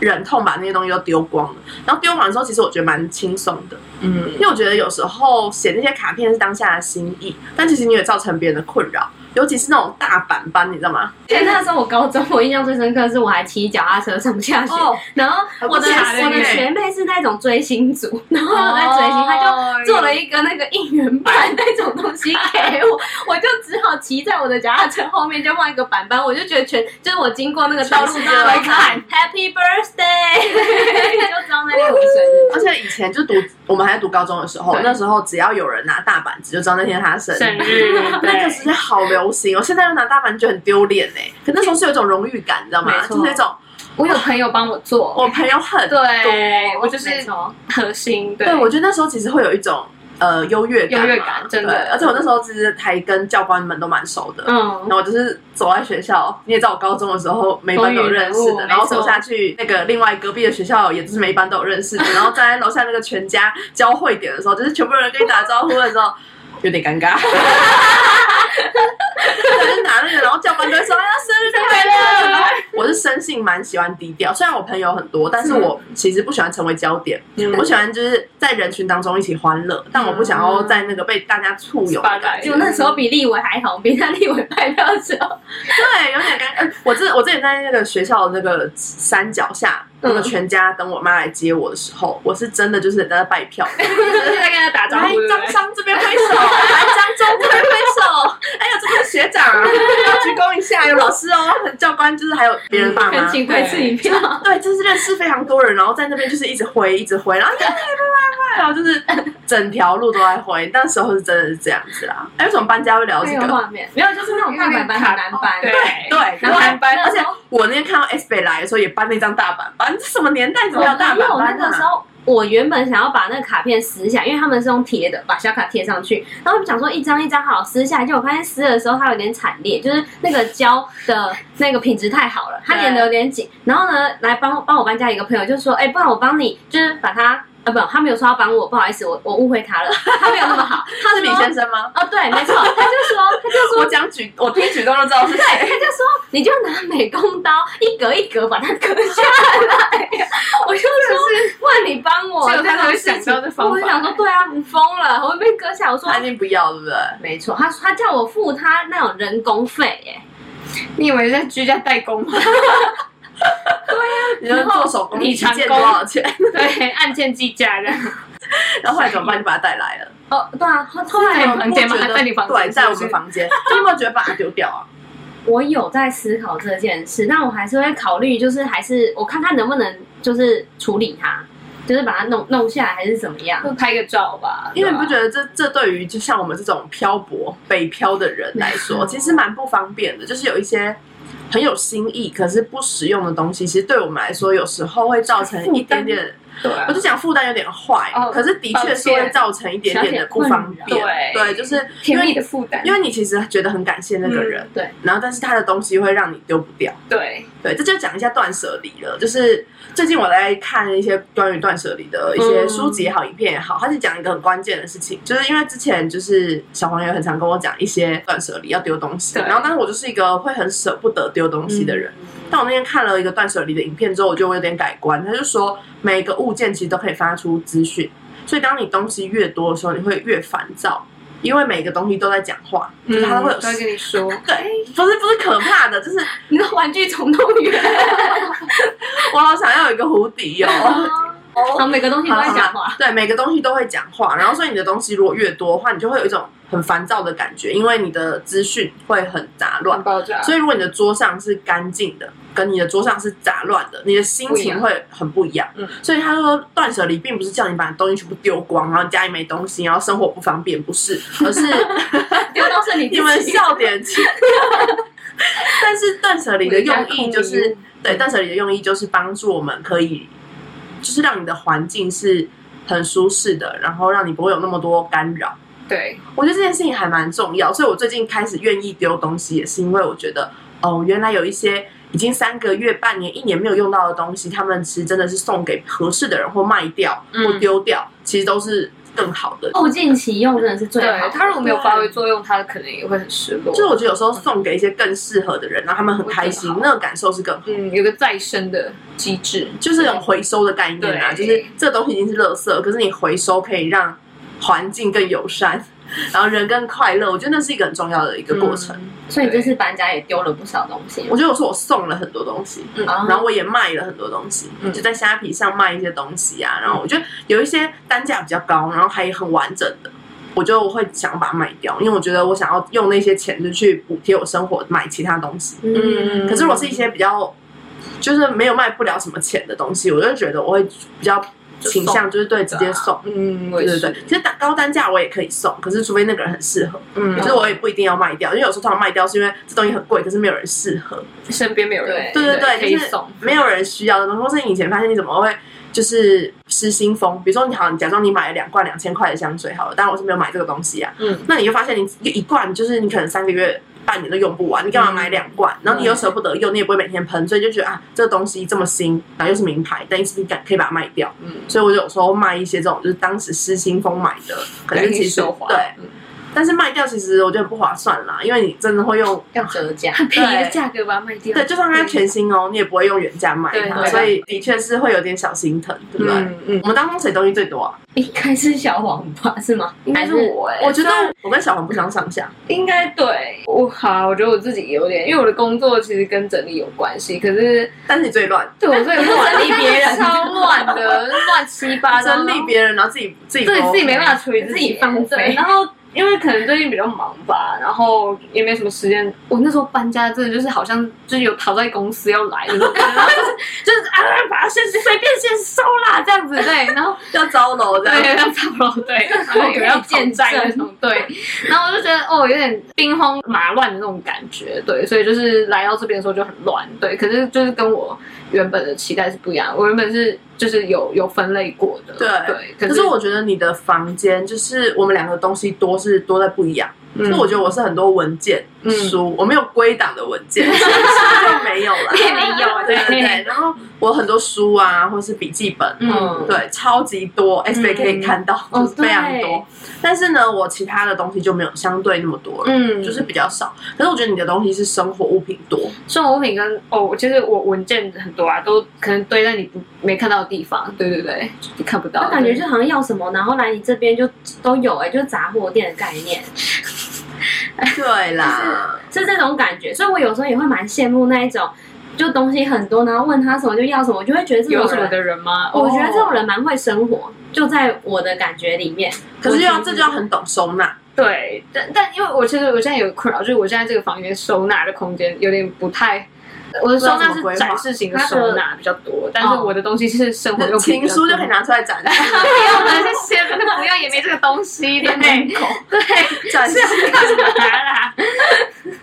Speaker 1: 忍痛把那些东西都丢光了，然后丢完之后，其实我觉得蛮轻松的，
Speaker 3: 嗯
Speaker 1: 因为我觉得有时候写那些卡片是当下的心意，但其实你也造成别人的困扰，尤其是那种大板班，你知道吗？
Speaker 2: 而且那时候我高中，我印象最深刻是我还骑脚踏车上下学，
Speaker 1: 哦，
Speaker 2: 然后我的
Speaker 1: 还不假
Speaker 2: 我
Speaker 1: 的
Speaker 2: 的
Speaker 1: 耶
Speaker 2: 学妹是那种追星族，然后我在追星，她就
Speaker 1: 哦
Speaker 3: 就
Speaker 2: 做了一个那个应援
Speaker 1: 哎
Speaker 2: 板 那种东西给我，我就只好骑在我的脚踏车后面，就放一个板板，我就觉得全就是我经过那个道路
Speaker 1: 全世
Speaker 2: 上
Speaker 1: 界都
Speaker 2: 都
Speaker 1: 在
Speaker 2: 喊 Happy Birthday，就知道那天我的生日。
Speaker 1: 而且以前就读，我们还在读高中的时候，
Speaker 3: 对
Speaker 1: 那时候只要有人拿大板子，就知道那天他生
Speaker 3: 哦生
Speaker 1: 日。
Speaker 3: 日，
Speaker 1: 那个时间好流行哦，现在要拿大板就很丢脸哎。可那时候是有一种荣誉感，你知道吗？
Speaker 3: 没
Speaker 1: 就
Speaker 3: 错
Speaker 1: 是那种
Speaker 3: 我有朋友帮我做，
Speaker 1: 我朋友很
Speaker 3: 对我就是
Speaker 2: 没错
Speaker 3: 核心，对
Speaker 1: 对，我觉得那时候其实会有一种呃优越感嘛，
Speaker 3: 优越感真的
Speaker 1: 对而且我那时候其实还跟教官们都蛮熟的，
Speaker 2: 嗯
Speaker 1: 然，后我就是走在学校，你也知道我高中的时候每班都有认识
Speaker 3: 风云人
Speaker 1: 的，
Speaker 3: 物
Speaker 1: 然后
Speaker 3: 没错
Speaker 1: 走下去那个另外隔壁的学校，也就是每一班都有认识的，然后站在楼下那个全家交汇点的时候，就是全部人跟你打招呼的时候，有点尴尬。就是拿那个，然后教官就会说：“哎呀，生日 快乐！”然后我是生性蛮喜欢低调，虽然我朋友很多，但是我其实不喜欢成为焦点，
Speaker 3: 嗯
Speaker 1: 我喜欢就是在人群当中一起欢乐，但我不想
Speaker 3: 嗯
Speaker 1: 要在那个被大家簇拥的感觉。
Speaker 3: Spotlight
Speaker 2: 就那时候比立委还好，比他立委拜票的时候，
Speaker 1: 对，有点尴尬。我之我之前在那个学校的那个山脚下，那个全家等我妈来接我的时候，我是真的就是在那拜票，
Speaker 3: 就是在跟他打招
Speaker 1: 来
Speaker 3: 呼，对不
Speaker 1: 哎张
Speaker 3: 对
Speaker 1: 商这边挥手，来张中这边挥手，哎呀，这边学长啊，要鞠躬一下，有老师哦，教官就是还有别人爸
Speaker 3: 嗯
Speaker 2: 跟
Speaker 1: 妈。
Speaker 2: 请贵是一票，
Speaker 1: 对，就是认识非常多人，然后在那边就是一直挥，一直挥，然后哎拜拜拜，然后就是整条路都在挥。那时候是真的是这样子啦。哎，为什么搬家会聊到这
Speaker 2: 没有
Speaker 1: 个？
Speaker 2: 画面，没有就是那种大板板很难搬，
Speaker 3: 对
Speaker 1: 对，
Speaker 2: 然
Speaker 1: 然
Speaker 2: 后
Speaker 1: 后
Speaker 2: 还搬
Speaker 1: 而且我那天看到 S 北来的时候也搬那张大板板，这什么年代怎么
Speaker 2: 我没
Speaker 1: 有大板
Speaker 2: 有那
Speaker 1: 板
Speaker 2: 个时
Speaker 1: 啊？
Speaker 2: 候，我原本想要把那个卡片撕下，因为他们是用贴的，把小卡贴上去。然后我想说一张一张好撕下来，结果我发现撕的时候它有点惨烈，就是那个胶的 那个品质太好了，它粘的有点紧。然后呢，来帮帮我搬家一个朋友就说：“哎、不然我帮你，就是把它。”啊，不，他没有说要帮我，不好意思，我我误会他了，他没有那么好。
Speaker 1: 他是李先生吗？
Speaker 2: 哦，对，没 错，他就说，他就说
Speaker 1: 我讲举，我听举动就知道是谁。
Speaker 2: 他就说你就拿美工刀一格一格把它割下 来。我就说问你帮我，
Speaker 3: 只有他才会
Speaker 2: 这种事情
Speaker 3: 想到这方法
Speaker 2: 我就想说，对啊，你疯了，我会被割下来。我说
Speaker 1: 他一定不要，对不对？
Speaker 2: 啊没错，他他叫我付他那种人工费耶。
Speaker 3: 你以为在居家代工吗？
Speaker 1: 你就做手工，
Speaker 3: 你
Speaker 1: 一件
Speaker 3: 长
Speaker 1: 多
Speaker 3: 工
Speaker 1: 少钱？
Speaker 3: 对，啊按件计价这样。
Speaker 1: 然后后来怎么办？就把他带来了。
Speaker 2: 哦，对啊，后后
Speaker 3: 在
Speaker 2: 来
Speaker 3: 你
Speaker 2: 我
Speaker 3: 房间吗
Speaker 1: 我觉得
Speaker 3: 在你房间
Speaker 1: 对，在我
Speaker 3: 是
Speaker 1: 们
Speaker 3: 不是
Speaker 1: 房间。你有没有觉得把它丢掉啊？
Speaker 2: 我有在思考这件事，但我还是会考虑，就是还是我看看能不能就是处理它，就是把它弄弄下来还是怎么样。
Speaker 3: 就拍个照吧，
Speaker 1: 因为你不觉
Speaker 3: 得？
Speaker 1: 得这这对于就像我们这种漂泊北漂的人来说，
Speaker 2: 没错
Speaker 1: 其实蛮不方便的。就是有一些很有新意，可是不实用的东西，其实对我们来说，有时候会造成一点点
Speaker 3: 对啊
Speaker 1: 我就讲负担有点坏，
Speaker 3: 哦
Speaker 1: 可是的确是会造成一点点的不方便。
Speaker 2: 抱
Speaker 3: 歉小点困扰
Speaker 1: 对，就是因
Speaker 3: 甜蜜
Speaker 1: 为
Speaker 3: 的负担
Speaker 1: 因，为你其实觉得很感谢那
Speaker 3: 嗯
Speaker 1: 个人，
Speaker 2: 对，
Speaker 1: 然后但是他的东西会让你丢不掉。
Speaker 3: 对，
Speaker 1: 对，这就讲一下断舍离了。就是最近我在看一些关于断舍离的一些
Speaker 3: 嗯
Speaker 1: 书籍也好，影片也好，它是讲一个很关键的事情，就是因为之前就是小黄也很常跟我讲一些断舍离要丢东西，
Speaker 3: 对嗯
Speaker 1: 然后但是我就是一个会很舍不得丢东西的人。但我那天看了一个断舍离的影片之后，我就有点改观。他就说，每个物件其实都可以发出资讯，所以当你东西越多的时候，你会越烦躁，因为每个东西都在讲话，就是它会有、
Speaker 3: 嗯都会跟你说，
Speaker 1: 对，不是不是可怕的，就是
Speaker 2: 你的玩具总动员。
Speaker 1: 我好想要有一个蝴蝶哦。
Speaker 2: 然后每个东西都在讲 话。
Speaker 1: 对，每个东西都会讲话，然后所以你的东西如果越多的话，你就会有一种很烦躁的感觉，因为你的资讯会很杂乱
Speaker 3: 很。
Speaker 2: 嗯
Speaker 3: 爆炸。
Speaker 1: 所以如果你的桌上是干净的，跟你的桌上是杂乱的，你的心情会很不一样。
Speaker 2: 嗯
Speaker 3: 不一样
Speaker 1: 所以他说断舍离并不是叫你把东西全部丢光，然后家里没东西，然后生活不方便，不 是，而是
Speaker 2: 丢都是你自己
Speaker 1: 你们笑点 奇怪。但是断舍离的用意就是对，断舍离的用意就是帮助我们可以，就是让你的环境是很舒适的，然后让你不会有那么多干扰。
Speaker 3: 对，
Speaker 1: 我觉得这件事情还蛮重要，所以我最近开始愿意丢东西，也是因为我觉得哦，原来有一些已经三个月、半年、一年没有用到的东西，他们其实真的是送给合适的人，或卖掉，
Speaker 3: 嗯
Speaker 1: 或丢掉，其实都是更好的。
Speaker 2: 物尽其用真的是最好
Speaker 3: 对
Speaker 2: 的。
Speaker 3: 他如果没有发挥作用，他可能也会很失落。
Speaker 1: 就是我觉得有时候送给一些更适合的人，然后他们很开心
Speaker 3: 会，更好
Speaker 1: 那个感受是更好。
Speaker 3: 嗯，有个再生的机制，
Speaker 1: 就是有回收的概念啊，就
Speaker 3: 对
Speaker 1: 是这个东西已经是垃圾，可是你回收可以让环境更友善，然后人更快乐。我觉得那是一个很重要的一个过程。
Speaker 3: 嗯
Speaker 2: 所以这次搬家也丢了不少东西
Speaker 1: 我。觉得我说我送了很多东西，
Speaker 2: 啊
Speaker 1: 然后我也卖了很多东西，
Speaker 3: 嗯
Speaker 1: 就在虾皮上卖一些东西啊。然后我觉得有一些单价比较高，然后还很完整的，我就会想把它卖掉，因为我觉得我想要用那些钱就去补贴我生活，买其他东西。
Speaker 2: 嗯，
Speaker 1: 可是我是一些比较，就是没有卖不了什么钱的东西，我就觉得我会比较倾向就是对直接送。
Speaker 3: 嗯，我
Speaker 1: 对
Speaker 3: 也
Speaker 1: 对
Speaker 3: 是
Speaker 1: 对，其实打高单价我也可以送，可是除非那个人很适合，
Speaker 3: 嗯
Speaker 1: 可，是我也不一定要卖掉，因为有时候通常卖掉是因为这东西很贵，可是没有人适合，
Speaker 3: 身边没有人，
Speaker 2: 对
Speaker 1: 对对
Speaker 3: 可
Speaker 1: 对，
Speaker 3: 以
Speaker 1: 就是
Speaker 3: 送，
Speaker 1: 没有人需要的东西，或是你以前发现你怎么会就是失心疯，比如说你好，你假装你买了两罐两千块的香水好了，当然我是没有买这个东西啊，
Speaker 3: 嗯，
Speaker 1: 那你就发现你一罐就是你可能三个月、半年都用不完，你干嘛买两
Speaker 3: 嗯
Speaker 1: 罐？然后你又舍不得用，你也不会每天喷，所以就觉得啊，这个东西这么新，然后又是名牌，但是你敢可以把它卖掉。
Speaker 3: 嗯，
Speaker 1: 所以我有时候卖一些这种就是当时失心疯买的，可能
Speaker 3: 良
Speaker 1: 其
Speaker 3: 心
Speaker 1: 实
Speaker 3: 奢华，
Speaker 1: 对，但是卖掉其实我觉得不划算啦，因为你真的会用。
Speaker 2: 要折 价。
Speaker 3: 很便宜的
Speaker 1: 对
Speaker 3: 价格把它卖掉，
Speaker 1: 对，就算它全新哦，你也不会用原价卖它，
Speaker 3: 对对啊
Speaker 1: 所以的确是会有点小心疼，对不对？
Speaker 3: 嗯嗯，
Speaker 1: 我们当中谁东西最多啊？
Speaker 2: 应该是哎小黄吧？是吗？
Speaker 3: 应该是
Speaker 2: 还
Speaker 3: 我哎，
Speaker 1: 我觉欸得我跟小黄不相上下，
Speaker 3: 应该对我好，我觉得我自己有点，因为我的工作其实跟整理有关系，可是
Speaker 1: 但是你最乱，
Speaker 3: 对我最乱，
Speaker 2: 整理别人
Speaker 3: 超乱的，乱七八糟，
Speaker 1: 整理别人，然后自己自己
Speaker 3: 啊对
Speaker 1: 都
Speaker 3: 自己没办法处理
Speaker 2: 自己放飞
Speaker 3: 对然后因为可能最近比较忙吧，然后也没什么时间。我那时候搬家真的就是好像就是有逃在公司要来的那种感觉，然后就是 就是啊，把它先随便先收啦这样子对，然后
Speaker 1: 要糟楼这样。
Speaker 3: 对要差不 多对，然后有要欠债那种对，然后我就觉得哦有点兵荒马乱的那种感觉对，所以就是来到这边的时候就很乱对，可是就是跟我原本的期待是不一样的，我原本是就是有有分类过的
Speaker 1: 对
Speaker 3: 对，
Speaker 1: 可是我觉得你的房间就是我们两个东西多是多在不一样，
Speaker 3: 嗯
Speaker 1: 所以 我觉得我是很多文件、
Speaker 3: 嗯
Speaker 1: 书，我没有归档的文 件，书就没有了，
Speaker 3: 也没有啊
Speaker 1: 对对对。然后我很多书啊，或是笔记本，
Speaker 2: 嗯，
Speaker 1: 对，超级多，S 贝
Speaker 3: 嗯
Speaker 1: 可以看到，
Speaker 2: 哦
Speaker 1: 就是非常多
Speaker 2: 对。
Speaker 1: 但是呢，我其他的东西就没有相对那么多了，
Speaker 3: 嗯，
Speaker 1: 就是比较少。可是我觉得你的东西是生活物品 多，
Speaker 3: 生活物品跟哦，其实我文件很多啊，都可能堆在你不没看到的地方，对对对，你看不到
Speaker 2: 我
Speaker 3: 的，
Speaker 2: 感觉就好像要什么，然后来你这边就都有哎、就是杂货店的概念，
Speaker 1: 对啦，
Speaker 2: 是这种感觉。所以我有时候也会蛮羡慕那一种，就东西很多，然后问他什么就要什么，我就会觉得这种
Speaker 3: 有
Speaker 2: 人，
Speaker 3: 什么的人吗？
Speaker 2: 我觉得这种
Speaker 3: 哦
Speaker 2: 人蛮会生活，就在我的感觉里面。
Speaker 1: 可是要
Speaker 3: 我觉得
Speaker 1: 这就要很懂收纳，
Speaker 3: 对，但但因为我其实我现在有个困扰，就是我现在这个房间收纳的空间有点不太。我的收
Speaker 1: 不
Speaker 3: 纳
Speaker 1: 知道怎么规
Speaker 3: 是
Speaker 1: 划哦
Speaker 3: 展示型的收纳比较多，但是我的东西是生活用品
Speaker 1: 情
Speaker 3: 比较
Speaker 1: 书
Speaker 3: 多。
Speaker 1: 就可以拿出来展示，
Speaker 3: 不用了，谢谢，真的不用，也没这个 东西，对不对？
Speaker 1: 展示。
Speaker 3: 干什么啦？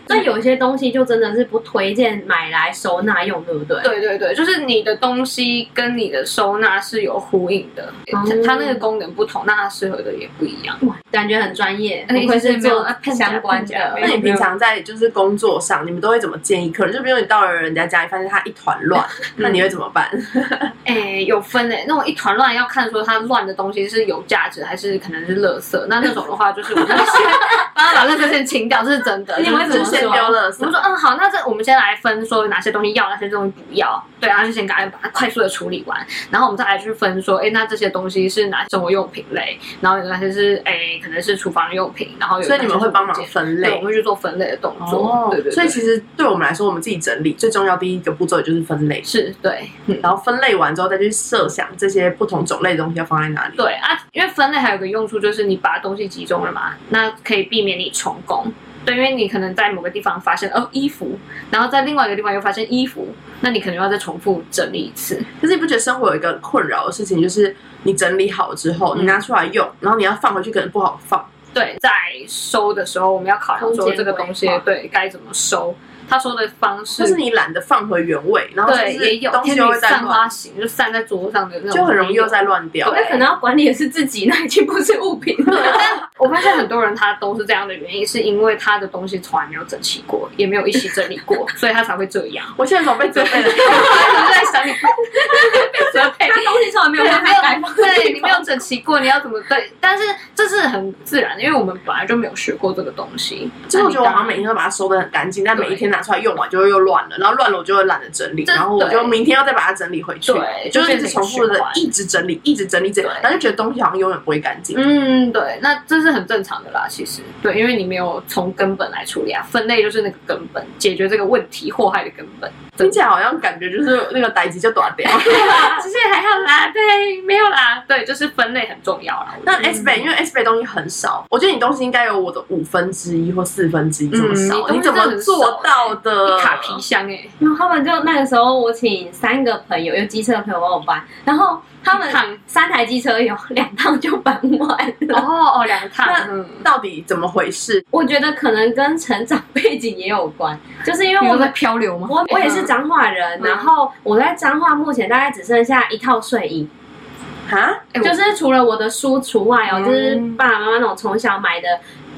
Speaker 2: 所以有一些东西就真的是不推荐买来收纳用，对不对？
Speaker 3: 对对对，就是你的东西跟你的收纳是有呼应的，
Speaker 1: 哦
Speaker 3: 它它那个功能不同，那它适合的也不一样。
Speaker 2: 感觉很专业，
Speaker 3: 而且
Speaker 2: 不愧
Speaker 3: 是
Speaker 2: 是
Speaker 3: 没有
Speaker 2: 做
Speaker 3: 啊骗假
Speaker 2: 相关
Speaker 3: 骗假
Speaker 2: 的
Speaker 3: 没。
Speaker 1: 那
Speaker 3: 有
Speaker 1: 你平常在就是工作上，你们都会怎么建议客人？就比如你到了人家家里，发现他一团乱，
Speaker 3: 嗯
Speaker 1: 那你会怎么办？
Speaker 3: 哎、有分诶、那种一团乱要看说它乱的东西是有价 值还是可能是垃圾，那那种的话就是我就先帮他把垃圾先清掉，这是真的。
Speaker 2: 你会
Speaker 3: 就是
Speaker 2: 怎
Speaker 1: 就
Speaker 2: 么
Speaker 1: 是先
Speaker 2: 说
Speaker 1: 丢了，
Speaker 3: 我们说，嗯，好，那这我们先来分说哪些东西要，哪些东西不要，对，然后就先赶快把它快速的处理完，然后我们再来去分说，哎，那这些东西是哪生活用品类，然后有哪些是哎可能是厨房用品，然后有
Speaker 1: 所以你们会帮忙
Speaker 3: 哪些是
Speaker 1: 分
Speaker 3: 物件对，我
Speaker 1: 类哦
Speaker 3: 们。会去做分类的动作，对对对，
Speaker 1: 所以其实对我们来说，我们自己整理最重要第一个步骤也就是分类，
Speaker 3: 是对，嗯。
Speaker 1: 然后分类完之后再去设想这些不同种类的东西要放在哪里。
Speaker 3: 对啊，因为分类还有个用处就是你把东西集中了嘛，那可以避免你重工。对，因为你可能在某个地方发现哦衣服，然后在另外一个地方又发现衣服，那你可能要再重复整理一次。
Speaker 1: 可是你不觉得生活有一个困扰的事情，就是你整理好之后，
Speaker 3: 嗯
Speaker 1: 你拿出来用，然后你要放回去，可能不好放。
Speaker 3: 对，在收的时候我们要考量
Speaker 2: 空
Speaker 3: 说
Speaker 2: 间
Speaker 3: 这个东西
Speaker 2: 规划
Speaker 3: 对该怎么收，他收的方式，
Speaker 1: 就是你懒得放回原位，然后就
Speaker 3: 对也
Speaker 1: 是
Speaker 3: 有
Speaker 1: 东西
Speaker 3: 天
Speaker 1: 又
Speaker 3: 女
Speaker 1: 会再
Speaker 3: 散花
Speaker 1: 乱，
Speaker 3: 型，就散在桌上的那种，
Speaker 1: 就很容易又在乱掉
Speaker 2: 我。
Speaker 3: 哎
Speaker 2: 们可能要管理的是自己，那已经不是物品了。
Speaker 3: 我发现很多人他都是这样的原因，是因为他的东西从来没有整齐过，也没有一起整理过，所以他才会这 样。
Speaker 1: 我现在总被责备了，
Speaker 3: 在想你被责备。
Speaker 2: 他东西从来没有
Speaker 3: 对，
Speaker 2: 办
Speaker 3: 没
Speaker 2: 法改
Speaker 3: 有
Speaker 2: 放，
Speaker 3: 对你没有整齐过，你要怎么对？但是这是很自然的，因为我们本来就没有学过这个东西。
Speaker 1: 就是我觉得我好像
Speaker 3: 那
Speaker 1: 每
Speaker 3: 你
Speaker 1: 天都把它收的很干净，但
Speaker 3: 对
Speaker 1: 每一天拿出来用完就会又乱了，然后乱了我就会懒得整理，
Speaker 3: 这
Speaker 1: 然后我就
Speaker 3: 对
Speaker 1: 明天要再把它整理回去，
Speaker 3: 对
Speaker 1: 就是一直
Speaker 3: 就变成一个
Speaker 1: 重复的
Speaker 3: 循环
Speaker 1: 一直整理，一直整理整理
Speaker 3: 对，
Speaker 1: 然后就觉得东西好像永远不会干净。
Speaker 3: 当嗯，对，那这是很正常的啦。其实对，因为你没有从根本来处理啊，分类就是那个根本，解决这个问题祸害的根本。
Speaker 1: 听起来好像感觉就是那个代机就短掉。
Speaker 3: 其实还好啦，对，没有啦，对，就是分类很重要啦。我觉
Speaker 1: 那
Speaker 3: 得
Speaker 1: S 杯，因为 S 杯东西很少，我觉得你东西应该有我的五分之一或四分之一这么少，
Speaker 3: 嗯
Speaker 1: 你怎
Speaker 3: 你东西真的
Speaker 1: 么
Speaker 3: 很少欸
Speaker 1: 做到的？
Speaker 3: 一卡皮箱哎、
Speaker 2: 然后他们就那个时候，我请三个朋友，有机车的朋友帮我搬，然后他们
Speaker 3: 一趟
Speaker 2: 三台机车有两趟就搬完了。
Speaker 3: 哦哦，两趟，
Speaker 1: 那
Speaker 3: 嗯，
Speaker 1: 到底怎么回事？
Speaker 2: 我觉得可能跟成长背景也有关，就是因
Speaker 3: 你
Speaker 2: 为我
Speaker 3: 有在
Speaker 2: 们
Speaker 3: 漂流吗？
Speaker 2: 我我也是彰化人，
Speaker 3: 嗯
Speaker 2: 然后我在彰化目前大概只剩下一套睡衣，
Speaker 1: 哈，
Speaker 3: 哎，
Speaker 2: 就
Speaker 3: 我
Speaker 2: 是除了我的书除外哦，
Speaker 1: 嗯
Speaker 2: 就是爸爸妈妈那种从小买的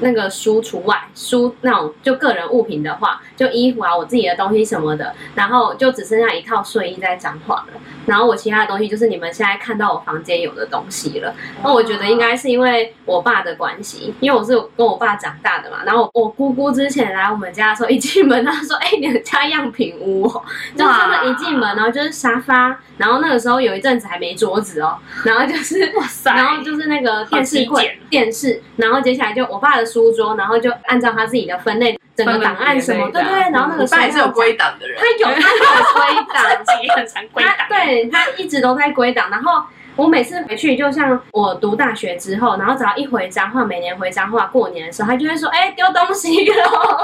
Speaker 2: 那个书除外，书那种就个人物品的话，就衣服啊，我自己的东西什么的，然后就只剩下一套睡衣在彰化了。然后我其他的东西就是你们现在看到我房间有的东西了。那哦我觉得应该是因为我爸的关系，因为我是跟我爸长大的嘛。然后我姑姑之前来我们家的时候，一进门她说：“哎、你们家样品屋、哦。”就是他们一进门，然后就是沙发，然后那个时候有一阵子还没桌子哦，然后就是
Speaker 3: 哇塞，
Speaker 2: 然后就是那个电视
Speaker 3: 好极
Speaker 2: 柜
Speaker 3: 简、
Speaker 2: 电视，然后接下来就我爸的书桌，然后就按照他自己的分类，整个档案什么，对
Speaker 3: 分门别类
Speaker 2: 对
Speaker 3: 这
Speaker 2: 对，
Speaker 3: 样
Speaker 2: 然后那
Speaker 1: 你
Speaker 2: 个时候
Speaker 1: 爸也是有归档的人
Speaker 2: 他，有他有归档，
Speaker 3: 自己很常归档，
Speaker 2: 他，对他一直都在归档，然后。我每次回去，就像我读大学之后，然后只要一回彰化，每年回彰化过年的时候，他就会说：“哎、丢东西了。”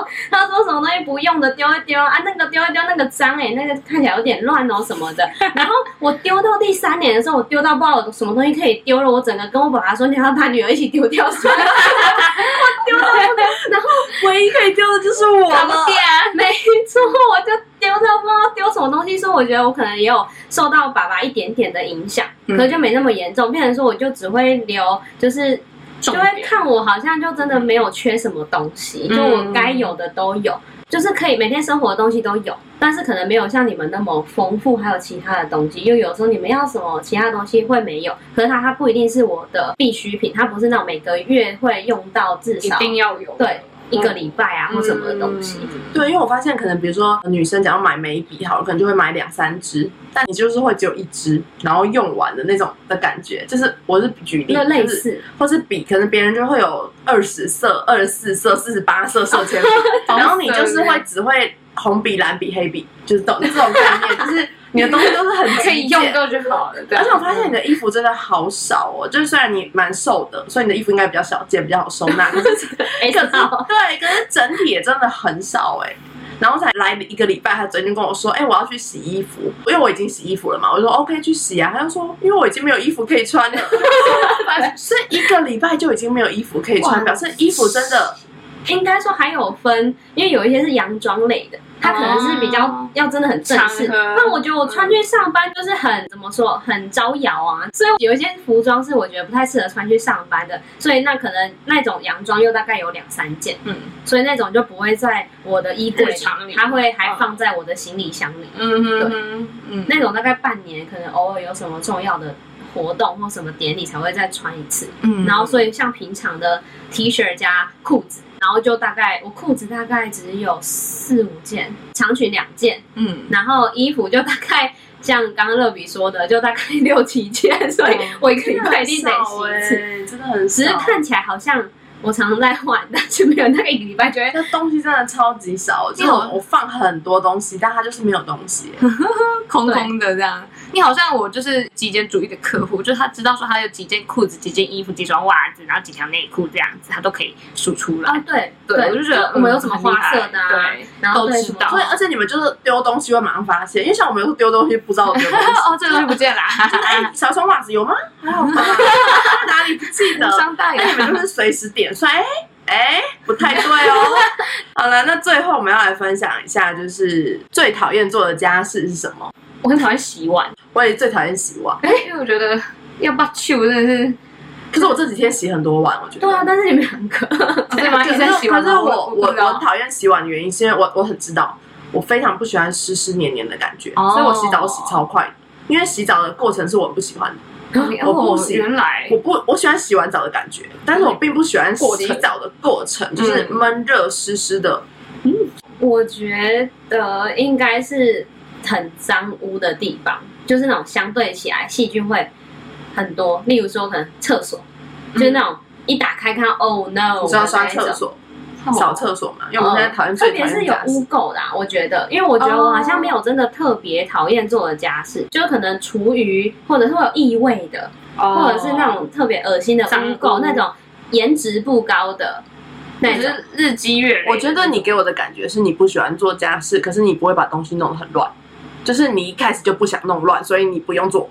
Speaker 2: 他说什么东西不用的丢一丢啊，那个丢一丢，那个脏哎、那个看起来有点乱哦什么的。然后我丢到第三年的时候，我丢到不知道有什么东西可以丢了，我整个跟我爸爸说：“你要把女儿一起丢掉算了。” 我丢到不能
Speaker 1: 唯一可以丢的就是我了。
Speaker 2: 点， 没错，我就丢到不知道丢什么东西，所以我觉得我可能也有受到爸爸一点点的影响，
Speaker 3: 嗯
Speaker 2: 可是就没那么严重，变成说我就只会留，就是就
Speaker 3: 重
Speaker 2: 会
Speaker 3: 点
Speaker 2: 看我好像就真的没有缺什么东西，
Speaker 3: 嗯
Speaker 2: 就我该有的都有，就是可以每天生活的东西都有，但是可能没有像你们那么丰富，还有其他的东西，因为有时候你们要什么其他的东西会没有，可是它它不一定是我的必需品，它不是那种每个月会用到至
Speaker 3: 一
Speaker 2: 少。
Speaker 3: 定要有
Speaker 2: 对一个礼拜啊，或
Speaker 3: 嗯
Speaker 2: 什么的东西，
Speaker 1: 对，因为我发现可能比如说女生想要买眉笔，好了，可能就会买两三支，但你就是会只有一支，然后用完的那种的感觉，就是我是举
Speaker 3: 嗯
Speaker 1: 例，
Speaker 2: 就类
Speaker 1: 就是
Speaker 2: 似，
Speaker 1: 或是笔，可能别人就会有二十色、二十四色、四十八色色铅笔，
Speaker 3: 哦
Speaker 1: 然后你就是会只会红笔、蓝笔、黑笔，就是这种这种概念，就是你的东西都是很
Speaker 3: 可以
Speaker 1: 极
Speaker 3: 用
Speaker 1: 简。
Speaker 3: 到就好了。对啊
Speaker 1: 而且我发现你的衣服真的好少哦，就是虽然你蛮瘦的，所以你的衣服应该比较小件，比较好收纳。可是
Speaker 2: 没
Speaker 1: 可
Speaker 2: 想
Speaker 1: 是
Speaker 2: 到。
Speaker 1: 对，可是整体也真的很少哎、然后才来了一个礼拜，他昨天就跟我说：“哎、我要去洗衣服，因为我已经洗衣服了嘛。”我就说：“OK，去洗啊。”他就说：“因为我已经没有衣服可以穿了。”是一个礼拜就已经没有衣服可以穿，
Speaker 2: 哇
Speaker 1: 表示衣服真的
Speaker 2: 应该说还有分，因为有一些是洋装类的，它可能是比较、
Speaker 3: 哦
Speaker 2: 要真的很正
Speaker 3: 场
Speaker 2: 式。
Speaker 3: 合
Speaker 2: 那我觉得我穿去上班就是很怎么说，很招摇啊。所以有一些服装是我觉得不太适合穿去上班的，所以那可能那种洋装又大概有两三件，
Speaker 3: 嗯
Speaker 2: 所以那种就不会在我的衣柜
Speaker 3: 日常里
Speaker 2: 它会还
Speaker 3: 嗯
Speaker 2: 放在我的行李箱里。
Speaker 3: 嗯哼嗯
Speaker 2: 那种大概半年，可能偶尔有什么重要的活动或什么典礼才会再穿一次。
Speaker 3: 嗯
Speaker 2: 然后所以像平常的 T 恤加裤子，然后就大概我裤子大概只有四五件，长裙两件，
Speaker 4: 嗯，
Speaker 2: 然后衣服就大概像刚刚乐比说的，就大概六七件， 所以
Speaker 4: 哦
Speaker 2: 我一个礼拜一定得洗一次。
Speaker 1: 欸，真的很
Speaker 2: 只是
Speaker 1: 少
Speaker 2: 看起来好像我常常在换，但是没有那个一个礼拜就会
Speaker 1: 那东西真的超级少，就是我我放很多东西，但它就是没有东西。
Speaker 4: 空空的这样。你好像我就是极简主义的客户，就是他知道说他有几件裤子、几件衣服、几双袜子，然后几条内裤这样子，他都可以数出来。
Speaker 2: 啊，对
Speaker 4: 对，我就觉得
Speaker 2: 我们有
Speaker 4: 嗯
Speaker 2: 什么
Speaker 4: 很厉
Speaker 2: 花
Speaker 4: 害
Speaker 2: 色的啊，
Speaker 4: 对，
Speaker 2: 然后
Speaker 4: 都
Speaker 2: 对
Speaker 4: 知
Speaker 2: 什么
Speaker 4: 道
Speaker 1: 所以，而且你们就是丢东西会马上发现，因为像我们有时候丢东西不知道丢东西。
Speaker 4: 哦，这个东西不见了，
Speaker 1: 哎，小熊袜子 有吗？还好吧，哪里不记得？哎
Speaker 4: 伤大
Speaker 1: 那你们
Speaker 4: 雅。
Speaker 1: 就是随时点出来，哎、哎，不太对 哦。好了，那最后我们要来分享一下，就是最讨厌做的家事是什么？
Speaker 3: 我很讨厌洗碗，
Speaker 1: 我也最讨厌洗碗，
Speaker 3: 哎，因为我觉得要把球真的是，
Speaker 1: 可是我这几天洗很多碗，我觉得。
Speaker 2: 对啊，但是你们两个
Speaker 3: 对吗？
Speaker 1: 可
Speaker 3: 一直
Speaker 1: 是
Speaker 3: 在洗碗
Speaker 1: 可是
Speaker 3: 吗，
Speaker 1: 我我
Speaker 3: 我不知道
Speaker 1: 我讨厌洗碗的原因是因为我我很知道，我非常不喜欢湿湿黏黏的感觉，
Speaker 4: 哦
Speaker 1: 所以我洗澡都洗超快的，因为洗澡的过程是我很不喜欢的。我不
Speaker 3: 哦
Speaker 1: 行
Speaker 3: 原来
Speaker 1: 我不我喜欢洗完澡的感觉，但是我并不喜欢
Speaker 3: 过
Speaker 1: 洗
Speaker 3: 程
Speaker 1: 澡的过程，就是
Speaker 4: 嗯
Speaker 1: 闷热湿湿的。
Speaker 2: 我觉得应该是很脏污的地方，就是那种相对起来细菌会很多，例如说可能厕所，就是那种一打开看到 oh no，
Speaker 1: 嗯你知道
Speaker 2: 的那
Speaker 1: 刷
Speaker 2: 一
Speaker 1: 厕
Speaker 2: 种
Speaker 1: 所、扫厕所嘛？因为我们现在讨厌
Speaker 2: 特
Speaker 1: 最
Speaker 2: 别
Speaker 1: 讨
Speaker 2: 是
Speaker 1: 厌
Speaker 2: 有
Speaker 1: 家
Speaker 2: 污
Speaker 1: 事。
Speaker 2: 垢啦，我觉得，因为我觉得我好像没有真的特别讨厌做的家
Speaker 1: 哦
Speaker 2: 事，就可能厨余或者是会有异味的，
Speaker 3: 哦
Speaker 2: 或者是那种特别恶心的污
Speaker 3: 脏
Speaker 2: 垢，
Speaker 3: 污
Speaker 2: 那种颜值不高的那
Speaker 4: 就
Speaker 2: 种。
Speaker 4: 是日积月累。
Speaker 1: 我觉得你给我的感觉是你不喜欢做家事，可是你不会把东西弄得很乱，就是你一开始就不想弄乱，所以你不用做。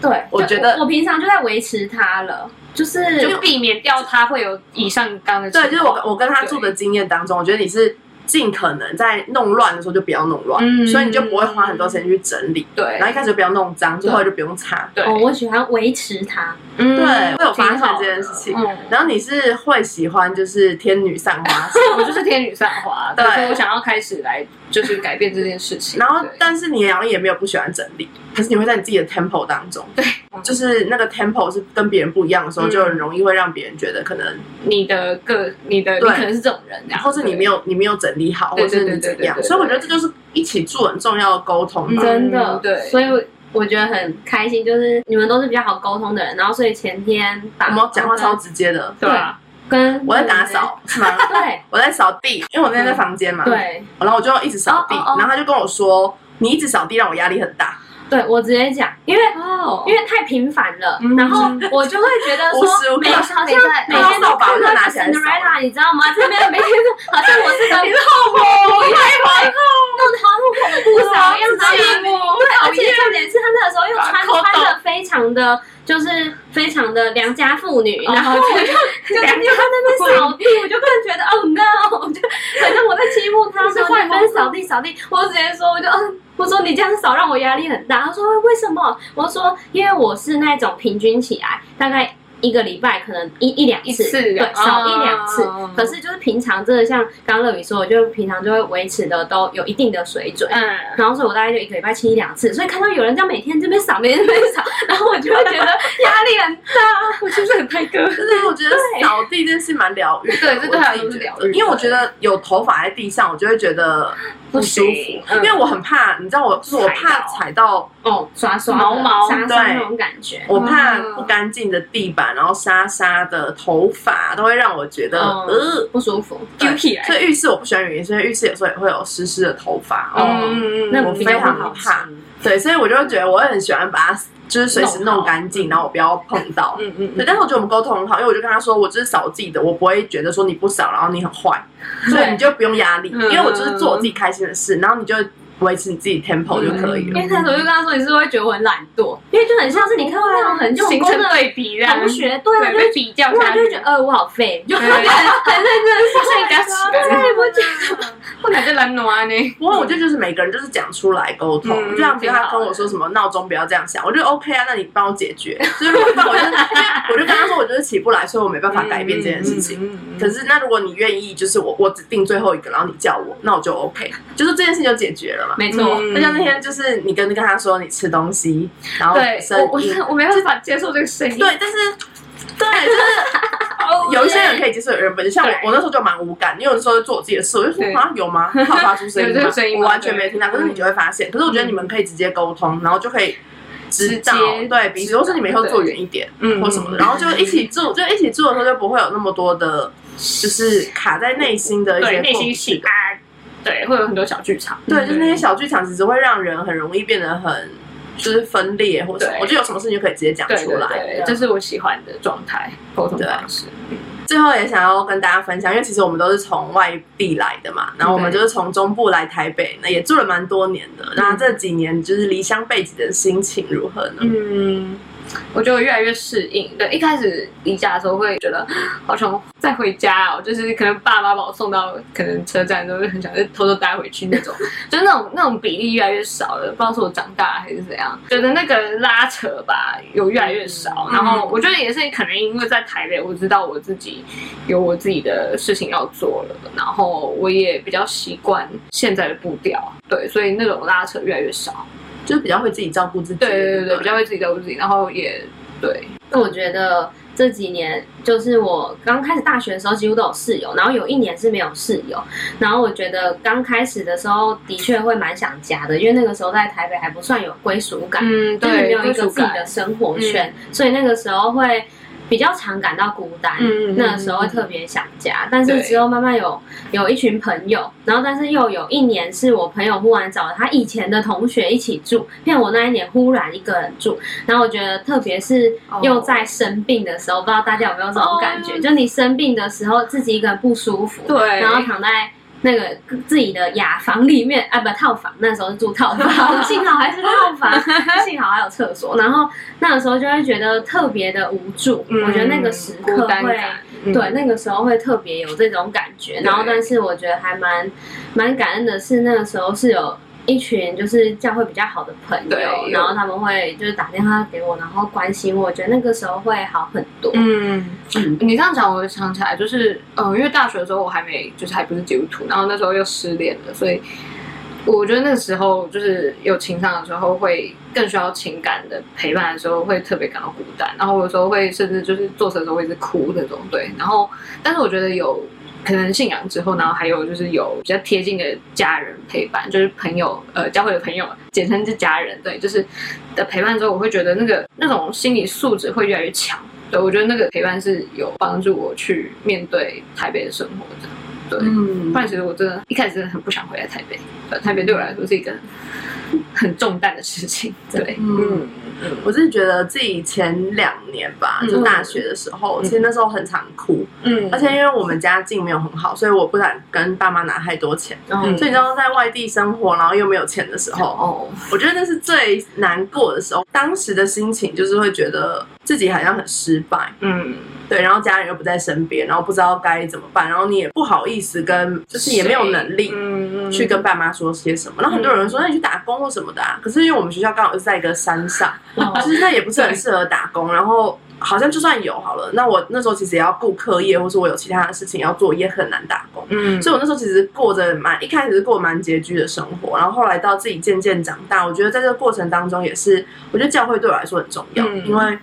Speaker 2: 对，
Speaker 1: 我
Speaker 2: 就
Speaker 1: 觉得
Speaker 2: 我平常就在维持它了，就是
Speaker 3: 就避免掉它会有以上刚刚的情
Speaker 1: 对，
Speaker 3: 况。
Speaker 1: 就是我我跟他住的经验当中，我觉得你是尽可能在弄乱的时候就不要弄乱，
Speaker 3: 嗯
Speaker 1: 所以你就不会花很多时间去整理，
Speaker 3: 对
Speaker 1: 然后一开始就不要弄脏，之后就不用擦。
Speaker 3: 对
Speaker 2: 哦，我喜欢维持它。
Speaker 3: 嗯
Speaker 1: 对，我有发
Speaker 2: 挺好
Speaker 1: 现这
Speaker 2: 的
Speaker 1: 件事情。
Speaker 3: 嗯，
Speaker 1: 然后你是会喜欢就是天女散 花型，
Speaker 3: 我就是天女散 花，
Speaker 1: 对
Speaker 3: 所以我想要开始来就是改变这件事情。
Speaker 1: 然后
Speaker 3: 对
Speaker 1: 但是你好像也没有不喜欢整理，可是你会在你自己的 tempo 当中，对，就是那个 tempo 是跟别人不一样的时候，
Speaker 3: 嗯
Speaker 1: 就很容易会让别人觉得可能，
Speaker 3: 你的个你的你
Speaker 1: 对
Speaker 3: 可能是这种人，啊这样
Speaker 1: 或是你没有你没有整理好，
Speaker 3: 对
Speaker 1: 或是
Speaker 3: 对
Speaker 1: 你
Speaker 3: 对对
Speaker 1: 怎
Speaker 3: 对
Speaker 1: 样，
Speaker 3: 对
Speaker 1: 所以我觉得这就是一起住很重要的沟通吧。
Speaker 2: 真的，
Speaker 3: 嗯对
Speaker 2: 所以我我觉得很开心，就是你们都是比较好沟通的人，然后所以前天把
Speaker 1: 我们讲话超直接的，
Speaker 3: 对吧？
Speaker 2: 跟
Speaker 1: 我在打，扫是吗？
Speaker 2: 对
Speaker 1: 我在扫地，因为我那天在房 间嘛，，
Speaker 2: 对
Speaker 1: 然后我就一直扫地，
Speaker 2: 哦哦哦
Speaker 1: 然后他就跟我说，你一直扫地让我压力很大，
Speaker 2: 对，我直接讲，因为。
Speaker 3: 哦
Speaker 2: 因为太频繁了，
Speaker 3: 嗯
Speaker 2: 然后我就会觉 得
Speaker 1: 无时无刻
Speaker 2: 说，每好像每
Speaker 4: 没在
Speaker 2: 天
Speaker 1: 然后扫
Speaker 2: 都
Speaker 1: 把
Speaker 2: 看
Speaker 1: 就
Speaker 2: 到
Speaker 1: 拿起来扫
Speaker 2: Cinderella，你知道吗？这边每天都好像我是 个你后母，
Speaker 3: 哦
Speaker 2: 你太后弄得好像我 不少样子一样。对，而且重点是他那个时候又穿
Speaker 3: 把它抠
Speaker 2: 穿
Speaker 3: 到
Speaker 2: 的非常的，就是非常的良家妇女，
Speaker 3: 哦
Speaker 2: 然后我就 就
Speaker 3: 良家妇
Speaker 2: 你
Speaker 3: 女
Speaker 2: 就在那边扫地，我就更觉得哦 no，我就反正我在欺负他，
Speaker 3: 是坏
Speaker 2: 然后在那边扫地扫地，我就直接说我就嗯。我说你这样扫让我压力很大，他说啊为什么？我说因为我是那种平均起来大概一个礼拜可能一一两
Speaker 3: 一
Speaker 2: 次，
Speaker 3: 次
Speaker 2: 对，
Speaker 3: 两
Speaker 2: 少一两次。
Speaker 3: 哦
Speaker 2: 可是就是平常真的像刚刚乐宇说，我就平常就会维持的都有一定的水准，
Speaker 3: 嗯，
Speaker 2: 然后所以我大概就一个礼拜清一两次，所以看到有人这样每天这边扫，每天这边扫， 然后我就会觉得压力很大。
Speaker 3: 我是不是很拍哥？
Speaker 1: 就是我觉得扫地这件事蛮疗愈的，
Speaker 3: 对这对他来
Speaker 1: 我
Speaker 3: 说
Speaker 1: 自
Speaker 3: 是
Speaker 1: 己觉
Speaker 3: 疗
Speaker 1: 得
Speaker 3: 愈的
Speaker 1: 因为我觉得有头发在地上，我就会觉得不舒服，
Speaker 3: 行嗯
Speaker 1: 因为我很怕，你知道我，就是我怕踩到，
Speaker 2: 哦，刷刷的
Speaker 3: 毛毛
Speaker 2: 沙沙那种感觉。
Speaker 1: 我怕
Speaker 3: 嗯
Speaker 1: 不干净的地板，然后沙沙的头发都会让我觉得，
Speaker 2: 嗯
Speaker 1: 呃。
Speaker 2: 不舒服，
Speaker 1: 对
Speaker 3: 丢起来
Speaker 1: 所以浴室我不喜欢的原因，是因为浴室有时候也会有湿湿的头发，哦，
Speaker 3: 嗯
Speaker 2: 那
Speaker 1: 我
Speaker 2: 比
Speaker 1: 非
Speaker 2: 较不
Speaker 1: 常
Speaker 2: 好
Speaker 1: 怕，对，所以我就会觉得我会很喜欢把它就是随时弄干净，然后我不要碰到。
Speaker 3: 嗯嗯
Speaker 1: 对，但是我觉得我们沟通很好，因为我就跟他说，我就是扫我自己的，我不会觉得说你不扫，然后你很坏，所以你就不用压力，因
Speaker 3: 嗯
Speaker 1: 为我就是做我自己开心的事，然后你就维持你自己 tempo 就可以
Speaker 2: 因
Speaker 1: 了。
Speaker 3: 嗯
Speaker 2: 为那时候就跟他说，你是不是会觉得我很懒惰？因为就很像是你看到那种很用
Speaker 3: 形
Speaker 2: 功
Speaker 3: 成
Speaker 2: 的
Speaker 3: 对比这样，
Speaker 2: 同学，对啊，就
Speaker 3: 对
Speaker 2: 会
Speaker 3: 被比较
Speaker 2: 突
Speaker 3: 下
Speaker 2: 然
Speaker 3: 去
Speaker 2: 就会觉得，呃，我好废，就
Speaker 3: 对
Speaker 2: 很认真地
Speaker 3: 像人家
Speaker 2: 说，
Speaker 3: 洗
Speaker 2: 对，我就
Speaker 3: 后来在懒惰啊呢。
Speaker 1: 不过我就就是每个人就是讲出来沟通，
Speaker 3: 嗯
Speaker 1: 就像比如
Speaker 3: 挺
Speaker 1: 他
Speaker 3: 好
Speaker 1: 跟
Speaker 3: 的
Speaker 1: 我说什么闹钟不要这样响，我就 OK 啊，那你帮我解 决。所以如果不然我就因为我就跟他说我就是起不来，所以我没办法改变这件事情。
Speaker 3: 情
Speaker 1: 可是那如果你愿意，就是我我只定最后一个，然后你叫我，那我就 OK，就是这件事就解决了嘛。
Speaker 2: 没错，
Speaker 3: 嗯
Speaker 1: 那像那天就是你跟跟他说你吃东西，然后嗯
Speaker 3: 对，
Speaker 1: 声
Speaker 3: 我我
Speaker 1: 音，
Speaker 3: 我没办法接受这个声音，
Speaker 1: 对，但是对，就是
Speaker 4: 哦
Speaker 1: 有一些人可以接受，有人不能。像我
Speaker 3: 对，
Speaker 1: 我那时候就蛮无感，因为有的时候会做我自己的事，我就说
Speaker 3: 对
Speaker 1: 啊，有 吗？他有发出声音
Speaker 3: 有这
Speaker 1: 吗
Speaker 3: 个声？音吗
Speaker 1: 我完全没听到。可是你就会发现，可是我觉得
Speaker 3: 嗯
Speaker 1: 你们可以直接沟通，然后就可以知道
Speaker 3: 直接，
Speaker 1: 对彼此，或是你们以后
Speaker 3: 对
Speaker 1: 坐远一点，
Speaker 3: 嗯
Speaker 1: 或什么的，然后就一起住，就一起住的时候就不会有那么多的，就是卡在内心的一些
Speaker 3: 对内
Speaker 1: 过
Speaker 3: 心
Speaker 1: 不
Speaker 3: 戏嗯
Speaker 1: 去的。
Speaker 3: 啊，对，会有很多小剧场。
Speaker 1: 对，就是那些小剧场，其实会让人很容易变得很就是分裂或者什么。
Speaker 3: 对
Speaker 1: 我觉得有什么事情就可以直接讲
Speaker 3: 对
Speaker 1: 出
Speaker 3: 对
Speaker 1: 来。
Speaker 3: 对，这是我喜欢的状态沟通
Speaker 1: 对
Speaker 3: 方式。
Speaker 1: 最后也想要跟大家分享，因为其实我们都是从外地来的嘛，然后我们
Speaker 3: 对
Speaker 1: 就是从中部来台北，那也住了蛮多年
Speaker 3: 嗯
Speaker 1: 的。那这几年就是离乡背景的心情如何呢？
Speaker 3: 嗯，我觉得我越来越适应。对，一开始离家的时候会觉得好想再回家哦，就是可能爸妈把我送到可能车站之后，就很想再偷偷带回去那种， 就是那种那种比例越来越少了。不知道是我长大还是怎样，觉得那个拉扯吧有越来越少。然后我觉得也是可能因为在台北，我知道我自己有我自己的事情要做了，然后我也比较习惯现在的步调，对，所以那种拉扯越来越少。
Speaker 1: 就是比较会自己照顾自己，
Speaker 3: 对对对
Speaker 1: 不
Speaker 3: 对，比较会自己照顾自己，然后也对，
Speaker 2: 那我觉得这几年，就是我刚开始大学的时候，几乎都有室友，然后有一年是没有室友。然后我觉得刚开始的时候，的确会蛮想家的，因为那个时候在台北还不算有归属感，
Speaker 3: 嗯，
Speaker 2: 就是没有一
Speaker 3: 归
Speaker 2: 个
Speaker 3: 属
Speaker 2: 自己
Speaker 3: 感嗯
Speaker 2: 的生活圈，所以那个时候会比较常感到孤单。
Speaker 3: 嗯
Speaker 2: 那个时候会特别想家，但是之后慢慢有有一群朋友，然后但是又有一年是我朋友忽然找了他以前的同学一起住，骗我那一年忽然一个人住，然后我觉得特别是又在生病的时候，不知道大家有没有这种感觉，
Speaker 3: 哦
Speaker 2: 就你生病的时候自己一个人不舒服，
Speaker 3: 对，
Speaker 2: 然后躺在那个自己的雅房里面，啊不套房，那时候是住 套
Speaker 3: 哦
Speaker 2: 房，幸好还是套房，幸好还有厕所。然后那个时候就会觉得特别的无助，
Speaker 3: 嗯
Speaker 2: 我觉得那个时刻
Speaker 3: 孤单
Speaker 2: 会。
Speaker 3: 感，嗯
Speaker 2: 对，那个时候会特别有这种感觉，然后但是我觉得还蛮蛮感恩的是，那个时候是有一群就是教会比较好的朋友，
Speaker 3: 对
Speaker 2: 然后他们会就是打电话给我，然后关心我，我觉得那个时候会好很多。
Speaker 3: 嗯
Speaker 1: 嗯
Speaker 3: 嗯，你这样讲，我想起来就是，呃，因为大学的时候我还没，就是还不是基督徒，然后那时候又失恋了，所以我觉得那个时候就是有情商的时候，会更需要情感的陪伴的时候，会特别感到孤单，然后我有时候会甚至就是坐车的时候会一直哭那种，对，然后但是我觉得有。可能信仰之后，然后还有就是有比较贴近的家人陪伴，就是朋友，呃，教会的朋友，简称是家人，对，就是的陪伴之后，我会觉得那个那种心理素质会越来越强。对，我觉得那个陪伴是有帮助我去面对台北的生活的。
Speaker 1: 嗯
Speaker 3: 不，然其实我真的一开始真的很不想回来台北，对台北对我来说是一个很很重担的事情。对，
Speaker 1: 嗯
Speaker 3: 嗯
Speaker 1: 我是觉得自己前两年吧，
Speaker 3: 嗯
Speaker 1: 就大学的时候，
Speaker 3: 嗯
Speaker 1: 其实那时候很常哭，
Speaker 3: 嗯，
Speaker 1: 而且因为我们家境没有很好，所以我不敢跟爸妈拿太多钱，
Speaker 2: 然后
Speaker 3: 嗯
Speaker 1: 所以你知道在外地生活，然后又没有钱的时候，
Speaker 3: 哦，
Speaker 1: 我觉得那是最难过的时候，当时的心情就是会觉得自己好像很失败，
Speaker 3: 嗯，
Speaker 1: 对，然后家人又不在身边，然后不知道该怎么办，然后你也不好意思跟，就是也没有能力。
Speaker 3: 嗯
Speaker 1: 去跟爸妈说些什么，然后很多人说，那你去打工或什么的啊。可是因为我们学校刚好是在一个山上，
Speaker 3: 哦
Speaker 1: 其实那也不是很适合打工。然后好像就算有好了，那我那时候其实也要顾课业，或是我有其他的事情要做，也很难打工。
Speaker 3: 嗯，
Speaker 1: 所以我那时候其实过着蛮一开始是过蛮拮据的生活，然后后来到自己渐渐长大，我觉得在这个过程当中也是，我觉得教会对我来说很重要，
Speaker 3: 嗯
Speaker 1: 因为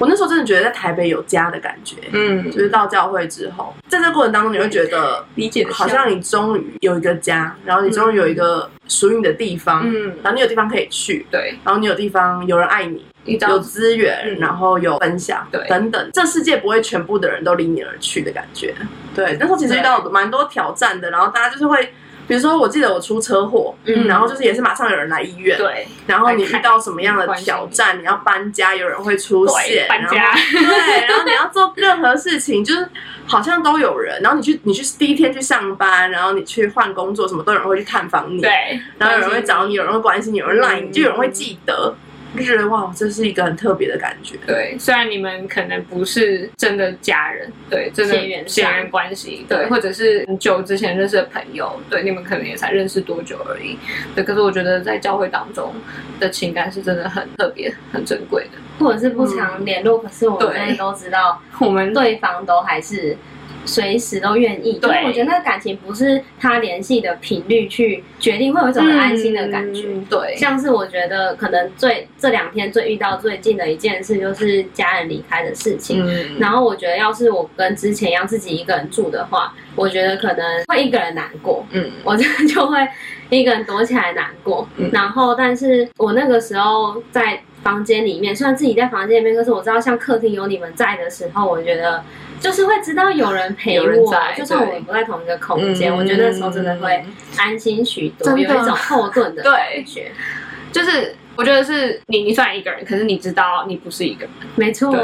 Speaker 1: 我那时候真的觉得在台北有家的感觉，
Speaker 3: 嗯
Speaker 1: 就是到教会之后，在这个过程当中你会觉得
Speaker 3: 理解的
Speaker 1: 好像你终于有一个家，然后你终于有一个属于你的地方，
Speaker 3: 嗯
Speaker 1: 然后你有地方可以去，
Speaker 3: 对，
Speaker 1: 然后你有地方有人爱你，
Speaker 3: 一
Speaker 1: 有
Speaker 3: 张
Speaker 1: 资源，
Speaker 3: 嗯
Speaker 1: 然后有分享，
Speaker 3: 对
Speaker 1: 等等，这世界不会全部的人都离你而去的感觉。对，那时候其实遇到蛮多挑战的，然后大家就是会。比如说，我记得我出车祸，
Speaker 3: 嗯
Speaker 1: 然后就是也是马上有人来医院，
Speaker 3: 对
Speaker 1: 然后你
Speaker 3: 来看
Speaker 1: 遇到什么样的
Speaker 3: 关心
Speaker 1: 挑战，你要搬家，有人会出现，
Speaker 3: 对搬家
Speaker 1: 然后对，然后你要做任何事情，就是好像都有人，然后你去你去第一天去上班，然后你去换工作，什么都有人会去探访你，
Speaker 3: 对，
Speaker 1: 然后有人会找你，有人会关心你，有人赖你，
Speaker 3: 嗯
Speaker 1: 就有人会记得，就觉得哇，这是一个很特别的感觉。
Speaker 3: 对，虽然你们可能不是真的家人，对，真的
Speaker 2: 血缘
Speaker 3: 血
Speaker 2: 上
Speaker 3: 缘关系，对，
Speaker 2: 对
Speaker 3: 或者是很久之前认识的朋友，对，你们可能也才认识多久而已，对。可是我觉得在教会当中的情感是真的很特别、很珍贵的。
Speaker 2: 或者是不常联络，可是我们
Speaker 3: 嗯对
Speaker 2: 真的都知道
Speaker 3: 我们
Speaker 2: 对方都还是随时都愿意。就是
Speaker 4: 对
Speaker 2: 我觉得那个感情不是他联系的频率去决定，会有一种很安心的感觉。
Speaker 3: 嗯对，
Speaker 2: 像是我觉得可能最这两天最遇到最近的一件事就是家人离开的事情，
Speaker 4: 嗯，
Speaker 2: 然后我觉得，要是我跟之前一样自己一个人住的话，我觉得可能会一个人难过，
Speaker 4: 嗯，
Speaker 2: 我真的就会一个人躲起来难过。
Speaker 4: 嗯
Speaker 2: 然后，但是我那个时候在房间里面，虽然自己在房间里面，可是我知道像客厅有你们在的时候，我觉得就是会知道有人陪
Speaker 4: 有人
Speaker 2: 我
Speaker 4: 在，
Speaker 2: 就算我
Speaker 4: 对嗯
Speaker 2: 们不在同一个空间，我觉得那时候真的会安心许多，
Speaker 3: 真
Speaker 2: 有
Speaker 3: 的
Speaker 2: 一种后 盾的
Speaker 3: 对
Speaker 2: 感觉。
Speaker 3: 就是我觉得是你，你虽然一个人，可是你知道你不是一个人。
Speaker 2: 没错，
Speaker 4: 对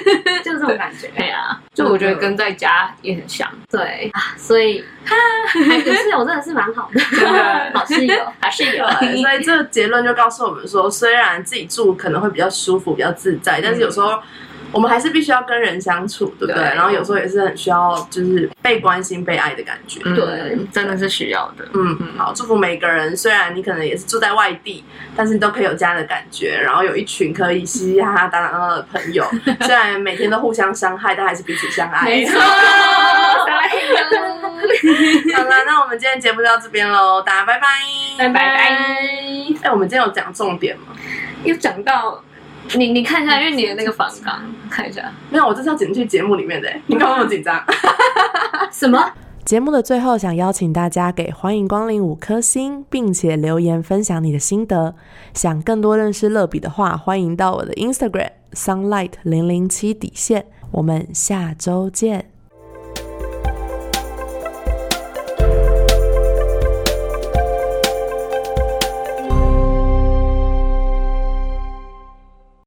Speaker 2: 就这种感觉。
Speaker 3: 对啊，就我觉得跟在家也很像，
Speaker 2: 对啊，所以孩子室友真的是蛮好的，
Speaker 4: 的
Speaker 2: 好室友。
Speaker 3: 还是有
Speaker 1: 对，所以这个结论就告诉我们说，虽然自己住可能会比较舒服、比较自在，但是有时候我们还是必须要跟人相处，对不对？
Speaker 4: 对
Speaker 1: 然后有时候也是很需要就是被关心、被爱的感觉。
Speaker 4: 嗯
Speaker 3: 对
Speaker 4: 真的是需要的。
Speaker 1: 嗯，好，祝福每个人。虽然你可能也是住在外地，但是你都可以有家的感觉，然后有一群可以嘻嘻哈哈、打打闹闹的朋友。虽然每天都互相伤害，但还是彼此相爱
Speaker 2: 没。错，
Speaker 1: 好啦，那我们今天节目就到这边喽，大家拜拜。
Speaker 2: 拜
Speaker 3: 拜。
Speaker 2: 拜
Speaker 1: 哎、我们今天有讲重点吗？
Speaker 3: 又讲到你，你看一下，因为你的那个访纲，看一下。
Speaker 1: 没有，我这是要剪进去节目里面的、你干嘛那么紧张？
Speaker 2: 什么？
Speaker 5: 节目的最后，想邀请大家给“欢迎光临”五颗星，并且留言分享你的心得。想更多认识乐比的话，欢迎到我的 Instagram sunlight 零零七底线。我们下周见。